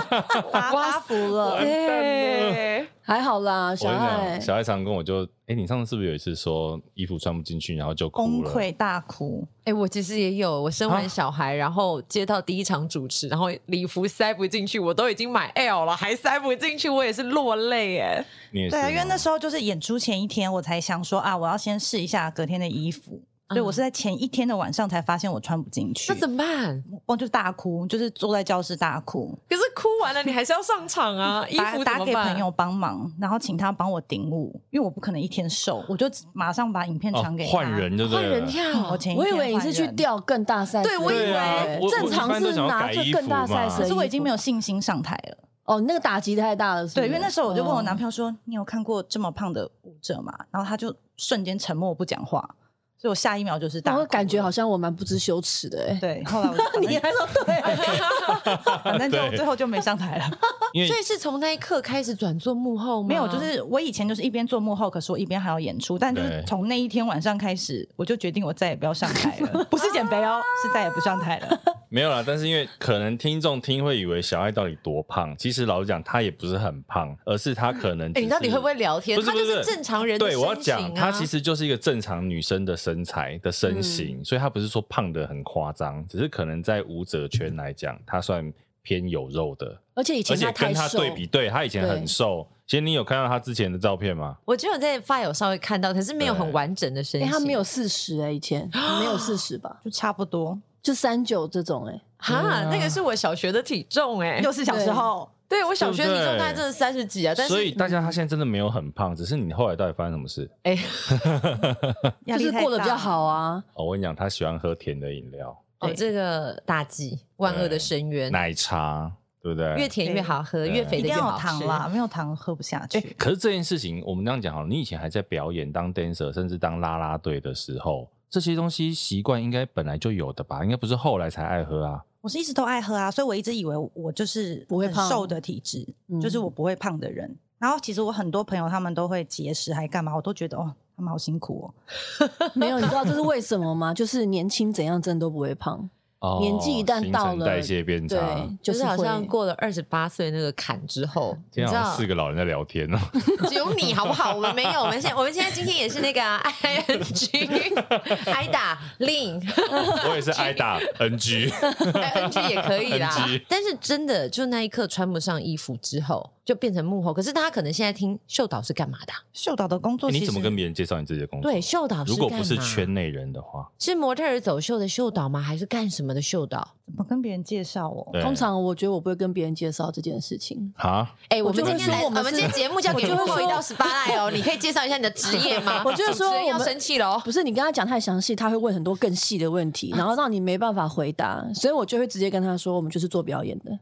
[SPEAKER 5] 发发福了
[SPEAKER 2] 完蛋了
[SPEAKER 5] 哎
[SPEAKER 4] 还好啦，
[SPEAKER 2] 我
[SPEAKER 4] 小
[SPEAKER 2] 跟你
[SPEAKER 4] 爱
[SPEAKER 2] 讲，，小艾常跟我就，哎，你上次是不是有一次说衣服穿不进去，然后就哭
[SPEAKER 5] 崩
[SPEAKER 2] 了？
[SPEAKER 5] 溃大哭，
[SPEAKER 3] 哎，我其实也有，我生完小孩，然后接到第一场主持，然后礼服塞不进去，我都已经买 L 了，还塞不进去，我也是落泪哎。
[SPEAKER 2] 你也是
[SPEAKER 5] 对
[SPEAKER 2] 吗？
[SPEAKER 5] 啊，因为那时候就是演出前一天，我才想说啊，我要先试一下隔天的衣服，
[SPEAKER 4] 嗯
[SPEAKER 5] 所以我是在前一天的晚上才发现我穿不进去，
[SPEAKER 3] 那怎么办？
[SPEAKER 5] 我就大哭，就是坐在教室大哭，
[SPEAKER 3] 可是哭完了，你还是要上场啊！衣服
[SPEAKER 5] 打嗯打
[SPEAKER 3] 怎么
[SPEAKER 5] 给
[SPEAKER 3] 办
[SPEAKER 5] 朋友帮忙，然后请他帮我顶舞，因为我不可能一天瘦，我就马上把影片
[SPEAKER 2] 哦
[SPEAKER 5] 传给他。
[SPEAKER 2] 换，人就对
[SPEAKER 3] 换
[SPEAKER 2] 了，
[SPEAKER 3] 人跳
[SPEAKER 5] 我，前一
[SPEAKER 4] 我
[SPEAKER 5] 天
[SPEAKER 4] 以为你
[SPEAKER 5] 换
[SPEAKER 4] 是去
[SPEAKER 5] 人，
[SPEAKER 4] 吊更大赛之类
[SPEAKER 3] 对
[SPEAKER 4] 的，
[SPEAKER 3] 我以为
[SPEAKER 2] 啊我
[SPEAKER 4] 正
[SPEAKER 2] 我一
[SPEAKER 4] 常
[SPEAKER 2] 般都
[SPEAKER 4] 是
[SPEAKER 2] 想要
[SPEAKER 4] 拿
[SPEAKER 2] 改
[SPEAKER 4] 着
[SPEAKER 2] 衣服
[SPEAKER 4] 更大赛
[SPEAKER 2] 嘛
[SPEAKER 4] 的，
[SPEAKER 5] 可是我已经没有信心上台了。
[SPEAKER 4] 哦，那个打击太大了，是不
[SPEAKER 5] 对，
[SPEAKER 4] 是
[SPEAKER 5] 因为那时候我就问我男
[SPEAKER 4] 哦
[SPEAKER 5] 朋友说：“你有看过这么胖的舞者吗？”然后他就瞬间沉默不讲话，所以我下一秒就是大
[SPEAKER 4] 我
[SPEAKER 5] 哭。
[SPEAKER 4] 感觉好像我蛮不知羞耻的哎。
[SPEAKER 5] 对，后来 我就
[SPEAKER 4] 你还说对，
[SPEAKER 5] 反正就
[SPEAKER 2] 对
[SPEAKER 5] 最后就没上台了。嗯
[SPEAKER 2] 因为
[SPEAKER 3] 所以是从那一刻开始转做幕后吗？
[SPEAKER 5] 没有，就是我以前就是一边做幕后，可是我一边还要演出。但就是
[SPEAKER 2] 对
[SPEAKER 5] 从那一天晚上开始，我就决定我再也不要上台了， 不是减肥哦，是再也不上台了。
[SPEAKER 2] 没有啦，但是因为可能听众听会以为小爱到底多胖，其实老实讲，她也不是很胖，而是她可能、
[SPEAKER 3] 哎，你到底会不会？聊天？
[SPEAKER 2] 不是
[SPEAKER 3] 他
[SPEAKER 2] 不
[SPEAKER 3] 就是是正常人的
[SPEAKER 2] 对，
[SPEAKER 3] 身
[SPEAKER 2] 我要
[SPEAKER 3] 形
[SPEAKER 2] 讲，
[SPEAKER 3] 啊
[SPEAKER 2] 她其实就是一个正常女生的身材的身形，
[SPEAKER 3] 嗯
[SPEAKER 2] 所以她不是说胖的很夸张，只是可能在舞者圈来讲，她算偏有肉的，
[SPEAKER 4] 而且以
[SPEAKER 2] 而
[SPEAKER 4] 前
[SPEAKER 2] 且
[SPEAKER 4] 太
[SPEAKER 2] 跟她
[SPEAKER 4] 瘦，
[SPEAKER 2] 对比，对她以前很瘦。其实你有看到她之前的照片吗？
[SPEAKER 3] 我只有在发友稍微看到，可是没有
[SPEAKER 2] 对
[SPEAKER 3] 很完整的身
[SPEAKER 4] 哎，
[SPEAKER 3] 形。
[SPEAKER 4] 他没有四十哎，以前没有四十吧，
[SPEAKER 5] 就差不多，
[SPEAKER 4] 就三九这种哎。
[SPEAKER 3] 哈，那个是我小学的体重哎，
[SPEAKER 5] 又是小时候。
[SPEAKER 3] 对我小学的体
[SPEAKER 2] 对
[SPEAKER 3] 重
[SPEAKER 2] 不对
[SPEAKER 3] 大概真的三十几啊，但
[SPEAKER 2] 所以
[SPEAKER 3] 是
[SPEAKER 2] 大家她现在真的没有很胖，只是你后来到底发生什么事？
[SPEAKER 3] 哎，
[SPEAKER 5] 压
[SPEAKER 4] 就
[SPEAKER 5] 力
[SPEAKER 4] 是
[SPEAKER 5] 太
[SPEAKER 4] 过得比较
[SPEAKER 5] 大
[SPEAKER 4] 好啊，
[SPEAKER 2] 哦我跟你讲，她喜欢喝甜的饮料，
[SPEAKER 3] 哦
[SPEAKER 5] 对
[SPEAKER 3] 这个大忌，万恶的深渊，
[SPEAKER 2] 奶茶，对不对？
[SPEAKER 3] 越甜越好喝，
[SPEAKER 2] 对
[SPEAKER 3] 越肥
[SPEAKER 5] 一
[SPEAKER 3] 的
[SPEAKER 5] 定
[SPEAKER 3] 越
[SPEAKER 5] 要
[SPEAKER 3] 好
[SPEAKER 5] 有糖
[SPEAKER 3] 吃。
[SPEAKER 5] 啦，没有糖喝不下去。
[SPEAKER 2] 欸可是这件事情，我们这样讲好了，你以前还在表演、当 dancer，甚至当啦啦队的时候，这些东西习惯应该本来就有的吧？应该不是后来才爱喝啊。
[SPEAKER 5] 我是一直都爱喝啊，所以我一直以为我就是
[SPEAKER 4] 不会
[SPEAKER 5] 很
[SPEAKER 4] 胖
[SPEAKER 5] 瘦的体质
[SPEAKER 4] 嗯，
[SPEAKER 5] 就是我不会胖的人。然后其实我很多朋友他们都会节食，还干嘛？我都觉得哦，他们好辛苦
[SPEAKER 4] 没有，你知道这是为什么吗？ 就是年轻怎样真的都不会胖，
[SPEAKER 2] 哦
[SPEAKER 4] 年纪一旦到了
[SPEAKER 2] 新陈代谢变差。
[SPEAKER 4] 对，
[SPEAKER 3] 就是好
[SPEAKER 4] 会
[SPEAKER 3] 像过了二十八岁那个坎之后，你
[SPEAKER 2] 今天
[SPEAKER 3] 知
[SPEAKER 2] 好
[SPEAKER 3] 道
[SPEAKER 2] 像四个老人在聊天哦 呢、
[SPEAKER 3] 只有你好不好？我们没有，我们现我们现在今天也是那个啊 ing 挨打令
[SPEAKER 2] 我也是挨打 NG，
[SPEAKER 3] ing 也可以啦
[SPEAKER 2] NG。
[SPEAKER 3] 但是真的，就那一刻穿不上衣服之后，就变成幕后。可是他可能现在听秀导是干嘛的啊、
[SPEAKER 5] 哦。秀导的工作其
[SPEAKER 2] 你
[SPEAKER 5] 实
[SPEAKER 2] 怎么跟别人介绍你自己的工作？
[SPEAKER 3] 对，秀导是
[SPEAKER 2] 如果不是
[SPEAKER 3] 干嘛
[SPEAKER 2] 圈内人的话，
[SPEAKER 3] 是模特儿走秀的秀导吗？还是干什么的秀导？
[SPEAKER 5] 怎么跟别人介绍哦我？
[SPEAKER 2] 对
[SPEAKER 4] 通常我觉得我不会跟别人介绍这件事情，
[SPEAKER 2] 啊，
[SPEAKER 3] 哎、我
[SPEAKER 4] 我
[SPEAKER 3] 们
[SPEAKER 4] 就
[SPEAKER 3] 今
[SPEAKER 4] 会
[SPEAKER 3] 天
[SPEAKER 4] 说
[SPEAKER 3] 来，我
[SPEAKER 4] 我们
[SPEAKER 3] 们
[SPEAKER 4] 是
[SPEAKER 3] 今天节目叫《给
[SPEAKER 4] 我就会
[SPEAKER 3] 过
[SPEAKER 4] 说
[SPEAKER 3] 一到十八赖》哦，你可以介绍一下你的职业吗？
[SPEAKER 4] 我就是说
[SPEAKER 3] 主持人要
[SPEAKER 4] 我们
[SPEAKER 3] 生气了哦。
[SPEAKER 4] 不是你跟他讲太详细，他会问很多更细的 问题，然后让你没办法回答，所以我就会直接跟他说，我们就是做表演的，
[SPEAKER 3] 哦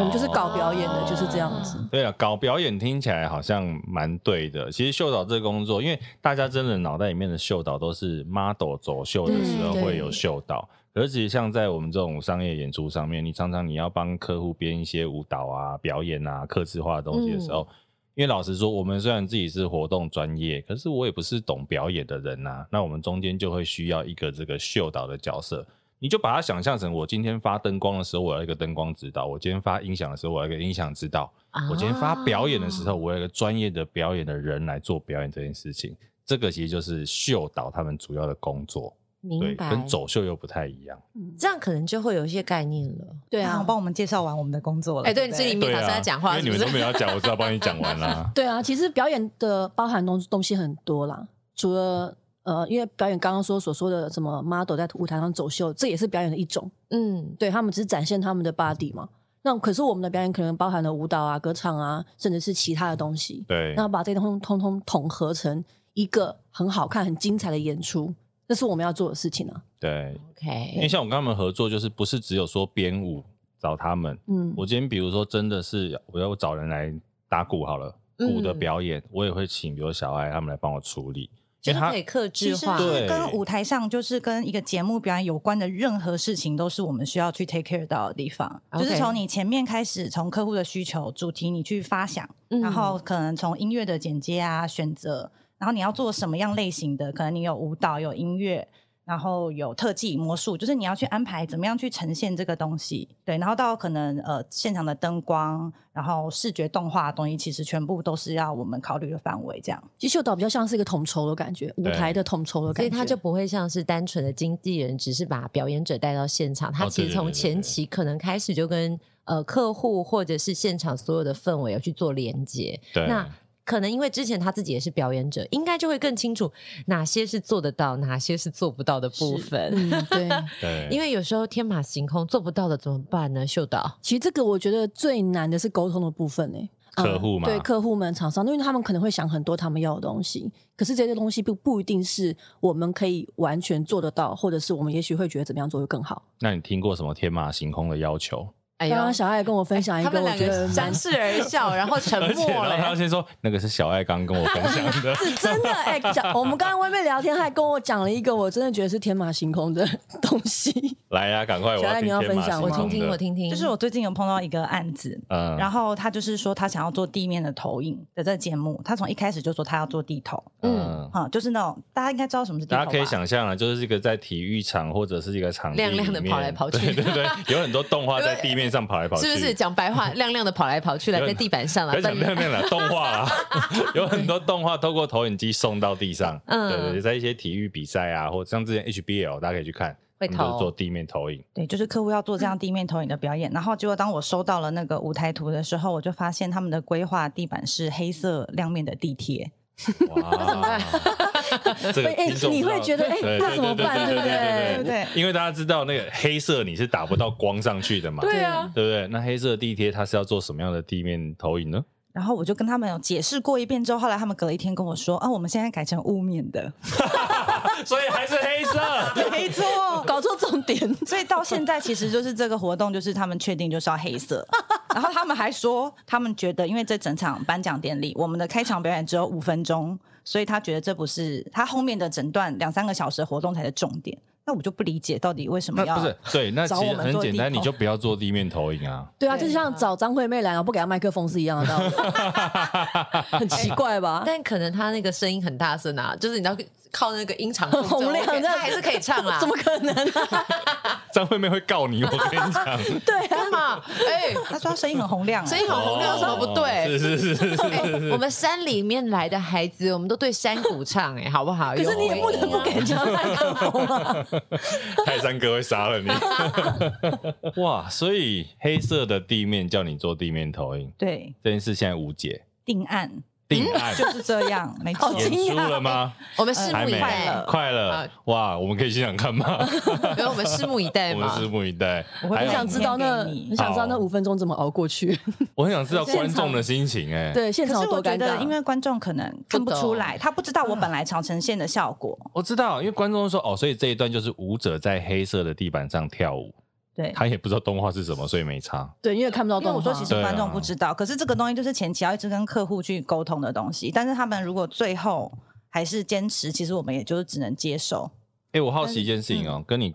[SPEAKER 4] 我们就是搞表演的，就是这样子。
[SPEAKER 2] 对啊，搞表演听起来好像蛮对的。其实秀导这个工作，因为大家真的脑袋里面的秀导都是 model 走秀的时候
[SPEAKER 4] 嗯对
[SPEAKER 2] 会有秀导，可是其实像在我们这种商业演出上面，你常常你要帮客户编一些舞蹈啊、表演啊、客制化的东西的时候，
[SPEAKER 4] 嗯
[SPEAKER 2] 因为老实说，我们虽然自己是活动专业，可是我也不是懂表演的人呐、啊那我们中间就会需要一个这个秀导的角色，你就把它想象成我今天发灯光的时候，我要一个灯光指导；我今天发音响的时候，我要一个音响指导；我今天发表演的时
[SPEAKER 3] 啊
[SPEAKER 2] 候，我有一个专业的表演的人来做表演这件事情。这个其实就是秀导他们主要的工作，对，
[SPEAKER 3] 明白，
[SPEAKER 2] 跟走秀又不太一样。
[SPEAKER 3] 这样可能就会有一些概念了。
[SPEAKER 4] 对
[SPEAKER 5] 啊，
[SPEAKER 4] 啊，。
[SPEAKER 5] 帮我们介绍完我们的工作了。
[SPEAKER 3] 哎、对你
[SPEAKER 5] 不
[SPEAKER 3] 自己
[SPEAKER 5] 对
[SPEAKER 3] 没
[SPEAKER 2] 对
[SPEAKER 3] 打算
[SPEAKER 2] 啊，
[SPEAKER 3] 要讲话
[SPEAKER 2] 因为你
[SPEAKER 3] 是不
[SPEAKER 2] 们
[SPEAKER 3] 是
[SPEAKER 2] 都？没有要讲，我知道帮你讲完啦
[SPEAKER 4] 对啊，其实表演的包含东东西很多啦，除了呃，因为表演刚刚说所说的什么 model 在舞台上走秀，这也是表演的一种，
[SPEAKER 3] 嗯，
[SPEAKER 4] 对他们只是展现他们的 body 嘛。那可是我们的表演可能包含了舞蹈啊、歌唱啊，甚至是其他的东西。
[SPEAKER 2] 对，
[SPEAKER 4] 那把这些通通通统合成一个很好看、很精彩的演出，这是我们要做的事情啊。
[SPEAKER 2] 对，因为
[SPEAKER 3] OK，
[SPEAKER 2] 像我跟他们合作，就是不是只有说编舞找他们，
[SPEAKER 4] 嗯，
[SPEAKER 2] 我今天比如说真的是我要找人来打鼓好了，鼓的
[SPEAKER 3] 嗯
[SPEAKER 2] 表演、我也会请比如小爱他们来帮我处理，
[SPEAKER 3] 就
[SPEAKER 2] 因
[SPEAKER 3] 是
[SPEAKER 2] 为他
[SPEAKER 3] 可以克
[SPEAKER 5] 其
[SPEAKER 3] 制
[SPEAKER 5] 实
[SPEAKER 3] 化。
[SPEAKER 5] 是跟
[SPEAKER 2] 对
[SPEAKER 5] 舞台上，就是跟一个节目表演有关的任何事情，都是我们需要去 take care 到的地方。
[SPEAKER 3] OK
[SPEAKER 5] 就是从你前面开始，从客户的需求、主题，你去发想，
[SPEAKER 3] 嗯
[SPEAKER 5] 然后可能从音乐的剪接啊、选择，然后你要做什么样类型的，可能你有舞蹈、有音乐，然后有特技、魔术，就是你要去安排怎么样去呈现这个东西。对，然后到可能呃现场的灯光，然后视觉动画的东西，其实全部都是要我们考虑的范围。这样，
[SPEAKER 4] 其实秀导比较像是一个统筹的感觉，舞
[SPEAKER 2] 对
[SPEAKER 4] 台的统筹的
[SPEAKER 3] 所
[SPEAKER 4] 感
[SPEAKER 3] 以
[SPEAKER 4] 觉，
[SPEAKER 3] 他就不会像是单纯的经纪人，只是把表演者带到现场。他
[SPEAKER 2] 哦
[SPEAKER 3] 其
[SPEAKER 2] 对
[SPEAKER 3] 实
[SPEAKER 2] 对
[SPEAKER 3] 从
[SPEAKER 2] 对对
[SPEAKER 3] 前
[SPEAKER 2] 对
[SPEAKER 3] 期可能开始就跟呃客户或者是现场所有的氛围有去做连接。
[SPEAKER 2] 对
[SPEAKER 3] 那可能因为之前他自己也是表演者，应该就会更清楚哪些是做得到，哪些是做不到的部分。
[SPEAKER 4] 嗯，对。
[SPEAKER 2] 对，
[SPEAKER 3] 因为有时候天马行空做不到的怎么办呢？秀导，
[SPEAKER 4] 其实这个我觉得最难的是沟通的部分呢、呃
[SPEAKER 2] 客户嘛
[SPEAKER 4] 对客户们、厂商，因为他们可能会想很多他们要的东西，可是这些东西不不一定是我们可以完全做得到，或者是我们也许会觉得怎么样做会更好。
[SPEAKER 2] 那你听过什么天马行空的要求？
[SPEAKER 3] 哎
[SPEAKER 4] 刚刚小爱跟我分享一
[SPEAKER 3] 他
[SPEAKER 4] 个，
[SPEAKER 3] 们
[SPEAKER 4] 我
[SPEAKER 3] 两
[SPEAKER 4] 觉
[SPEAKER 3] 个
[SPEAKER 4] 得蛮
[SPEAKER 3] 相视而笑，然后沉
[SPEAKER 2] 而
[SPEAKER 3] 默
[SPEAKER 2] 且然后他
[SPEAKER 3] 了。
[SPEAKER 2] 先说那个是小爱刚跟我分享 的，
[SPEAKER 4] 是真的 哎、讲我们刚刚外面聊天，他还跟我讲了一个我真的觉得是天马行空的东西。
[SPEAKER 2] 来呀、赶快我
[SPEAKER 4] 小
[SPEAKER 2] 要
[SPEAKER 4] 爱
[SPEAKER 2] 听
[SPEAKER 4] 你要
[SPEAKER 2] 天马
[SPEAKER 4] 分享
[SPEAKER 2] 行
[SPEAKER 3] 我
[SPEAKER 2] 空的
[SPEAKER 3] 听听，我，听听，
[SPEAKER 5] 就是我最近有碰到一个案子，
[SPEAKER 2] 嗯，
[SPEAKER 5] 然后他就是说他想要做地面的投影的这个节目，他从一开始就说他要做地投，
[SPEAKER 2] 嗯。
[SPEAKER 5] 哈、就是那种大家应该知道什么是地
[SPEAKER 2] 大
[SPEAKER 5] 投
[SPEAKER 2] 家可以
[SPEAKER 5] 吧
[SPEAKER 2] 想象啊，就是一个在体育场或者是一个场地
[SPEAKER 3] 亮亮
[SPEAKER 2] 里
[SPEAKER 3] 地
[SPEAKER 2] 面
[SPEAKER 3] 跑来跑去
[SPEAKER 2] 对对对， 有很多动画在地面上跑来跑去，
[SPEAKER 3] 是不是讲 白话，亮亮的跑来跑去了，
[SPEAKER 2] 有
[SPEAKER 3] 在地板上了
[SPEAKER 4] 啊
[SPEAKER 2] 不要，讲
[SPEAKER 3] 但
[SPEAKER 2] 亮亮了，动画 啊， 有很多动画透过投影机送到地上。嗯，
[SPEAKER 3] 嗯
[SPEAKER 2] 对对，在一些体育比赛啊，或像之前 HBL，大家可以去看，
[SPEAKER 3] 会
[SPEAKER 2] 他们都是
[SPEAKER 3] 投
[SPEAKER 2] 做地面投影。
[SPEAKER 5] 对，就是客户要做这样
[SPEAKER 2] 嗯
[SPEAKER 5] 地面投影的表演，然后结果当我收到了那个舞台图的时候，我就发现他们的规划地板是
[SPEAKER 2] 嗯
[SPEAKER 5] 黑色亮面的地贴，
[SPEAKER 2] 哇，这个
[SPEAKER 4] 哎
[SPEAKER 2] 听众
[SPEAKER 4] 你会觉得哎
[SPEAKER 2] 对
[SPEAKER 4] 那怎么办
[SPEAKER 2] 对
[SPEAKER 4] 对
[SPEAKER 5] 不对对不
[SPEAKER 2] 因为大家知道那个黑色你是打不到光上去的嘛，
[SPEAKER 3] 对啊，
[SPEAKER 2] 对不对？那黑色地贴它是要做什么样的地面投影呢？
[SPEAKER 5] 然后我就跟他们有解释过一遍之后，后来他们隔了一天跟我说，啊，我们现在改成雾面的，
[SPEAKER 2] 所以还是黑色。
[SPEAKER 5] 没错。
[SPEAKER 4] 搞错重点，
[SPEAKER 5] 所以到现在，其实就是这个活动，就是他们确定就是要黑色。然后他们还说，他们觉得因为这整场颁奖典礼，我们的开场表演只有五分钟，所以他觉得这不是他后面的整段两三个小时的活动才是重点。那我就不理解到底为什么
[SPEAKER 2] 那
[SPEAKER 5] 要
[SPEAKER 2] 不是对，那其
[SPEAKER 5] 找我
[SPEAKER 2] 实
[SPEAKER 5] 们
[SPEAKER 2] 很
[SPEAKER 5] 做
[SPEAKER 2] 简
[SPEAKER 5] 地
[SPEAKER 2] 单，你
[SPEAKER 5] 投
[SPEAKER 2] 就不要做地面投影啊。
[SPEAKER 4] 对啊，就像找张惠妹来，然后不给她麦克风是一样的 道理，很奇怪吧？
[SPEAKER 3] 但可能他那个声音很大声啊，就是你要靠那个音场控制
[SPEAKER 4] 洪亮
[SPEAKER 3] OK，
[SPEAKER 4] 这样
[SPEAKER 3] 他还是可以唱啦。
[SPEAKER 4] 哎怎么可能啊？
[SPEAKER 2] 张惠妹会告你，我跟你讲，
[SPEAKER 4] 对啊，
[SPEAKER 3] 干嘛？哎，
[SPEAKER 5] 他说他声音很 洪亮、欸
[SPEAKER 3] 声音很洪亮，有什么不
[SPEAKER 2] 哦是
[SPEAKER 3] 对？
[SPEAKER 2] 是是是 是。
[SPEAKER 3] 哎，我们山里面来的孩子，我们都对山谷唱，哎，好不好？
[SPEAKER 4] 可是你也不能不给人家麦克风啊。
[SPEAKER 2] 泰山哥会杀了你。哇，所以黑色的地面叫你做地面投影
[SPEAKER 5] 对
[SPEAKER 2] 这件事现在无解。
[SPEAKER 5] 定案，
[SPEAKER 2] 定案，
[SPEAKER 5] 就是这样，没错。
[SPEAKER 2] 演
[SPEAKER 4] 哦
[SPEAKER 2] 出了吗？
[SPEAKER 3] 我们拭
[SPEAKER 2] 还
[SPEAKER 3] 目以
[SPEAKER 2] 没啊
[SPEAKER 5] 快
[SPEAKER 3] 待
[SPEAKER 5] 乐，
[SPEAKER 2] 快
[SPEAKER 3] 好
[SPEAKER 2] 乐哇！我们可以现场看吗？
[SPEAKER 3] 因为我们拭目以待
[SPEAKER 2] 我们
[SPEAKER 3] 嘛。
[SPEAKER 2] 拭目以待。
[SPEAKER 5] 我会
[SPEAKER 2] 还
[SPEAKER 5] 不
[SPEAKER 2] 有
[SPEAKER 4] 你想知道那
[SPEAKER 5] 念给你
[SPEAKER 4] 你想知道那
[SPEAKER 2] 好
[SPEAKER 4] 五分钟怎么熬过去？
[SPEAKER 2] 我很想知道
[SPEAKER 5] 现场
[SPEAKER 2] 观众的心情哎。
[SPEAKER 4] 对，现
[SPEAKER 5] 可
[SPEAKER 4] 场
[SPEAKER 5] 是
[SPEAKER 4] 有
[SPEAKER 5] 我
[SPEAKER 4] 多
[SPEAKER 5] 觉
[SPEAKER 4] 尴
[SPEAKER 5] 得，
[SPEAKER 4] 尬，
[SPEAKER 5] 因为观众可能看不出来，他不知道我本来朝呈现的效果。
[SPEAKER 2] 我知道，因为观众说哦，所以这一段就是舞者在黑色的地板上跳舞，
[SPEAKER 5] 对，
[SPEAKER 2] 他也不知道动画是什么，所以没差。
[SPEAKER 4] 对，因为看不到
[SPEAKER 5] 因为
[SPEAKER 4] 动
[SPEAKER 5] 我
[SPEAKER 4] 画
[SPEAKER 5] 说，其实观众
[SPEAKER 4] 啊
[SPEAKER 5] 不知道，可是这个东西就是前期要一直跟客户去沟通的东西。但是他们如果最后还是坚持，其实我们也就是只能接受。
[SPEAKER 2] 哎、我好奇一件事情哦，跟你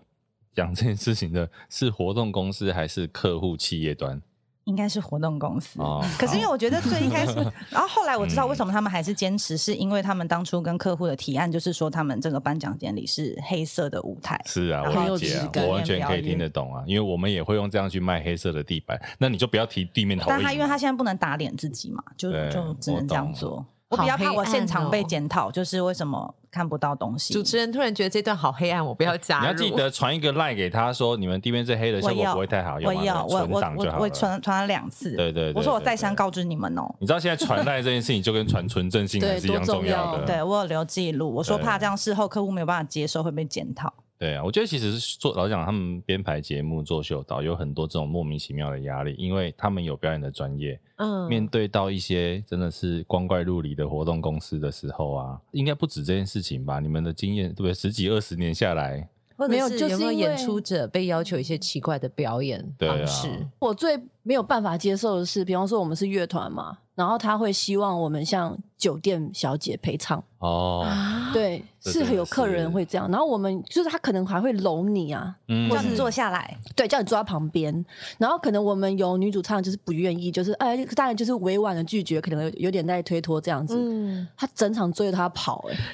[SPEAKER 2] 讲这件事情的是活动公司还是客户企业端？
[SPEAKER 5] 应该是活动公司，
[SPEAKER 2] 哦
[SPEAKER 5] 可是因为我觉得最一开始，然后后来我知
[SPEAKER 4] 嗯
[SPEAKER 5] 道为什么他们还是坚持，是因为他们当初跟客户的提案就是说，他们这个颁奖典礼是黑色的舞台，
[SPEAKER 2] 是啊，
[SPEAKER 5] 然后
[SPEAKER 2] 我理解
[SPEAKER 4] 有
[SPEAKER 2] 啊
[SPEAKER 4] 质，感
[SPEAKER 2] 我完全可以
[SPEAKER 5] 表演
[SPEAKER 2] 听得懂啊，因为我们也会用这样去卖黑色的地板，那你就不要提地面投
[SPEAKER 5] 但他
[SPEAKER 2] 影
[SPEAKER 5] 因为他现在不能打脸自己嘛，就
[SPEAKER 2] 对
[SPEAKER 5] 就只能这样做。我比较怕我现
[SPEAKER 4] 哦
[SPEAKER 5] 场被检讨，就是为什么看不到东西。
[SPEAKER 3] 主持人突然觉得这段好黑暗，我不要加入。
[SPEAKER 2] 你要记得传一个赖给他说，你们地面是黑的，
[SPEAKER 5] 我
[SPEAKER 2] 效果
[SPEAKER 5] 有，
[SPEAKER 2] 不会太好，要
[SPEAKER 5] 我有，
[SPEAKER 2] 吗？
[SPEAKER 5] 我
[SPEAKER 2] 存
[SPEAKER 5] 我
[SPEAKER 2] 档就
[SPEAKER 5] 我
[SPEAKER 2] 好
[SPEAKER 5] 我
[SPEAKER 2] 了。
[SPEAKER 5] 传传了两次，
[SPEAKER 2] 对对对
[SPEAKER 5] 我说我
[SPEAKER 2] 对
[SPEAKER 5] 再
[SPEAKER 2] 对
[SPEAKER 5] 三告知你们哦。
[SPEAKER 2] 你知道现在传赖这件事情就跟传纯正性还是一样重要的，
[SPEAKER 4] 对
[SPEAKER 5] 对我有留记录，我说
[SPEAKER 2] 嗯对
[SPEAKER 5] 怕这样事后客户没有办法接受会被检讨。
[SPEAKER 2] 对啊，我觉得其实是做老实讲，他们编排节目、做秀导有很多这种莫名其妙的压力，因为他们有表演的专业，
[SPEAKER 3] 嗯
[SPEAKER 2] 面对到一些真的是光怪陆离的活动公司的时候啊，应该不止这件事情吧？你们的经验对不对？十几二十年下来，
[SPEAKER 3] 或
[SPEAKER 4] 没
[SPEAKER 3] 者
[SPEAKER 4] 有
[SPEAKER 3] 是
[SPEAKER 4] 就
[SPEAKER 3] 有
[SPEAKER 4] 是
[SPEAKER 3] 没有
[SPEAKER 4] 因
[SPEAKER 3] 演
[SPEAKER 4] 为
[SPEAKER 3] 出者被要求一些奇怪的表演
[SPEAKER 2] 对啊
[SPEAKER 3] 方式？
[SPEAKER 4] 我最没有办法接受的是，比方说我们是乐团嘛，然后他会希望我们像酒店小姐陪唱，
[SPEAKER 2] 哦，
[SPEAKER 4] 对，
[SPEAKER 2] 这
[SPEAKER 4] 是
[SPEAKER 2] 真的
[SPEAKER 4] 有客
[SPEAKER 2] 是
[SPEAKER 4] 人会这样，然后我们就是他可能还会搂你啊，
[SPEAKER 2] 嗯
[SPEAKER 5] 叫你坐下来，
[SPEAKER 4] 对，叫你坐在旁边，然后可能我们有女主唱就是不愿意，就是哎，当然就是委婉的拒绝，可能有有点在推脱这样子，
[SPEAKER 3] 嗯，
[SPEAKER 4] 他整场追着他跑、哎。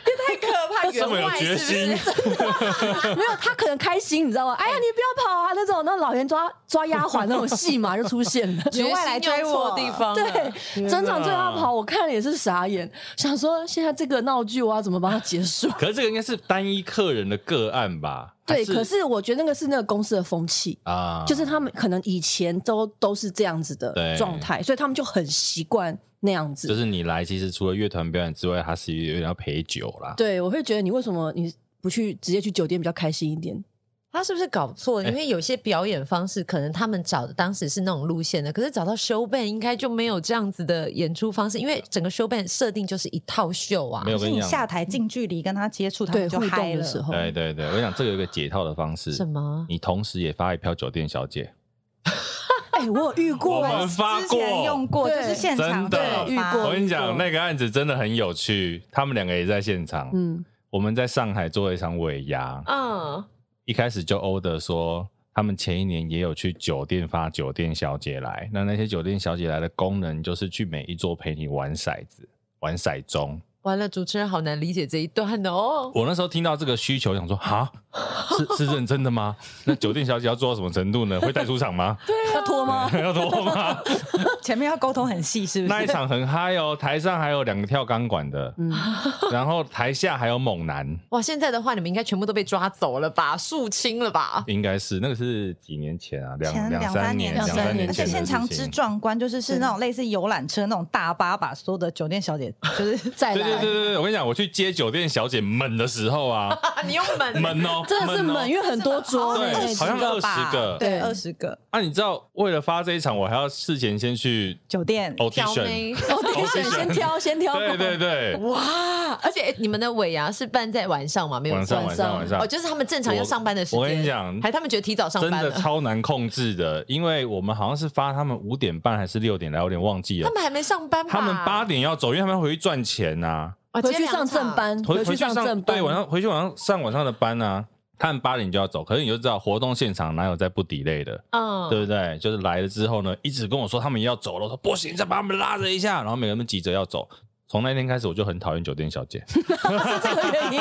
[SPEAKER 2] 这么有决心，
[SPEAKER 4] 没有，他可能开心，你知道吗？哎呀，你不要跑啊！那种那老袁抓抓丫鬟那种戏码就出现了。
[SPEAKER 3] 决
[SPEAKER 5] 员外来
[SPEAKER 3] 心
[SPEAKER 5] 追
[SPEAKER 3] 用
[SPEAKER 5] 我
[SPEAKER 3] 错地方了，
[SPEAKER 4] 对，整场最他跑，我看了也是傻眼，想说现在这个闹剧我要怎么把它结束？
[SPEAKER 2] 可是这个应该是单一客人的个案吧？
[SPEAKER 4] 对，
[SPEAKER 2] 还
[SPEAKER 4] 可是我觉得那个是那个公司的风气，
[SPEAKER 2] 啊，
[SPEAKER 4] 就是他们可能以前都都是这样子
[SPEAKER 2] 对
[SPEAKER 4] 的状态，所以他们就很习惯那样子。
[SPEAKER 2] 就是你来，其实除了乐团表演之外，他是有点要陪酒啦。
[SPEAKER 4] 对，我会觉得你为什么你不去直接去酒店比较开心一点？
[SPEAKER 3] 他是不是搞
[SPEAKER 2] 哎
[SPEAKER 3] 错了？因为有些表演方式，可能他们找的当时是那种路线的，可是找到 show band 应该就没有这样子的演出方式，因为整个 show band 设定就是一套秀啊
[SPEAKER 2] 没。有
[SPEAKER 5] 可
[SPEAKER 2] 我
[SPEAKER 5] 是
[SPEAKER 2] 跟
[SPEAKER 5] 你
[SPEAKER 2] 讲
[SPEAKER 5] 下台近距离跟他接触，他
[SPEAKER 4] 对，
[SPEAKER 5] 们就
[SPEAKER 4] 互
[SPEAKER 5] 嗨
[SPEAKER 4] 动的
[SPEAKER 5] 了。
[SPEAKER 4] 时候，
[SPEAKER 2] 对对对，我想这个有一个解套的方式，
[SPEAKER 3] 什么？
[SPEAKER 2] 你同时也发一票酒店小姐，
[SPEAKER 4] 哎，我有遇过，
[SPEAKER 2] 我们发
[SPEAKER 5] 之
[SPEAKER 2] 过
[SPEAKER 5] 前用过，就
[SPEAKER 4] 对
[SPEAKER 5] 是现
[SPEAKER 2] 真
[SPEAKER 5] 场就
[SPEAKER 2] 的
[SPEAKER 5] 有
[SPEAKER 4] 对遇
[SPEAKER 5] 发
[SPEAKER 4] 啊过
[SPEAKER 2] 我跟你讲，那个案子真的很有趣，他们两个也在现场。
[SPEAKER 4] 嗯，
[SPEAKER 2] 我们在上海做了一场尾牙，
[SPEAKER 3] 嗯，
[SPEAKER 2] 一开始就欧的说，他们前一年也有去酒店发酒店小姐来，那那些酒店小姐来的功能就是去每一桌陪你玩骰子、玩骰盅。
[SPEAKER 3] 完了，主持人好难理解这一段哦。
[SPEAKER 2] 我那时候听到这个需求，想说哈，是是认真的吗？那酒店小姐要做到什么程度呢？会带出场吗？
[SPEAKER 4] 要脱吗？
[SPEAKER 2] 要多吗？
[SPEAKER 5] 前面要沟通很细，是不
[SPEAKER 2] 那
[SPEAKER 5] 是
[SPEAKER 2] 一？场很嗨哦，台上还有两个跳钢管的，
[SPEAKER 4] 嗯
[SPEAKER 2] 然后台下还有猛男，
[SPEAKER 3] 哇，现在的话，你们应该全部都被抓走了吧？肃清了吧？
[SPEAKER 2] 应该是那个是几年前啊，两
[SPEAKER 5] 前
[SPEAKER 2] 两
[SPEAKER 5] 两
[SPEAKER 2] 三
[SPEAKER 5] 年，
[SPEAKER 2] 两
[SPEAKER 4] 两
[SPEAKER 2] 三
[SPEAKER 4] 三
[SPEAKER 2] 年
[SPEAKER 4] 年
[SPEAKER 5] 而且
[SPEAKER 2] 前的
[SPEAKER 5] 现场
[SPEAKER 2] 事
[SPEAKER 5] 之
[SPEAKER 2] 情
[SPEAKER 5] 壮观，就是是那种类似游览车那种大巴，把所有的酒店小姐就是。
[SPEAKER 4] 再
[SPEAKER 2] 对对对
[SPEAKER 4] 来。
[SPEAKER 2] 对对，我跟你讲，我去接酒店小姐们的时候啊，
[SPEAKER 3] 啊， 你用门
[SPEAKER 2] 们哦，
[SPEAKER 4] 真的是
[SPEAKER 2] 哦
[SPEAKER 4] 猛，因为很多桌 哎
[SPEAKER 2] 对
[SPEAKER 4] 哦呢，
[SPEAKER 2] 好像
[SPEAKER 5] 20个吧
[SPEAKER 2] 20个
[SPEAKER 5] 对，
[SPEAKER 4] 对
[SPEAKER 5] 二十个
[SPEAKER 2] 啊，你知道为了发这一场，我还要事前先去
[SPEAKER 5] 酒店。
[SPEAKER 3] 挑
[SPEAKER 2] audition，
[SPEAKER 3] 妹。
[SPEAKER 4] 哦，等一下，先挑，先挑。
[SPEAKER 2] 对对对，
[SPEAKER 3] 哇！而且、诶哎你们的尾牙是办在晚上吗？没有
[SPEAKER 2] 晚上
[SPEAKER 3] 错
[SPEAKER 2] 晚上晚上
[SPEAKER 3] 哦，，就是他们正常要上班的时间。
[SPEAKER 2] 我我跟你讲
[SPEAKER 3] 还他们觉得提早上
[SPEAKER 2] 真
[SPEAKER 3] 班啊
[SPEAKER 2] 的
[SPEAKER 3] 了，
[SPEAKER 2] 超难控制的，因为我们好像是发他们五点半还是六点来，我有点忘记了
[SPEAKER 3] 他。们还没上班吧？
[SPEAKER 2] 他们八点要走，因为他们要回去赚钱呐、
[SPEAKER 3] 哦
[SPEAKER 4] 回去上正，班，
[SPEAKER 2] 回
[SPEAKER 4] 嗯去上正班。
[SPEAKER 2] 对晚上回去晚上上晚上的班啊，他们八点就要走，可是你就知道活动现场哪有在不抵累的，
[SPEAKER 3] 接两场嗯，
[SPEAKER 2] 对不对？就是来了之后呢，一直跟我说他们要走了，我说不行，再把他们拉着一下，然后每个人急着要走。从那天开始，我就很讨厌酒店小姐，
[SPEAKER 4] 是这个原 因。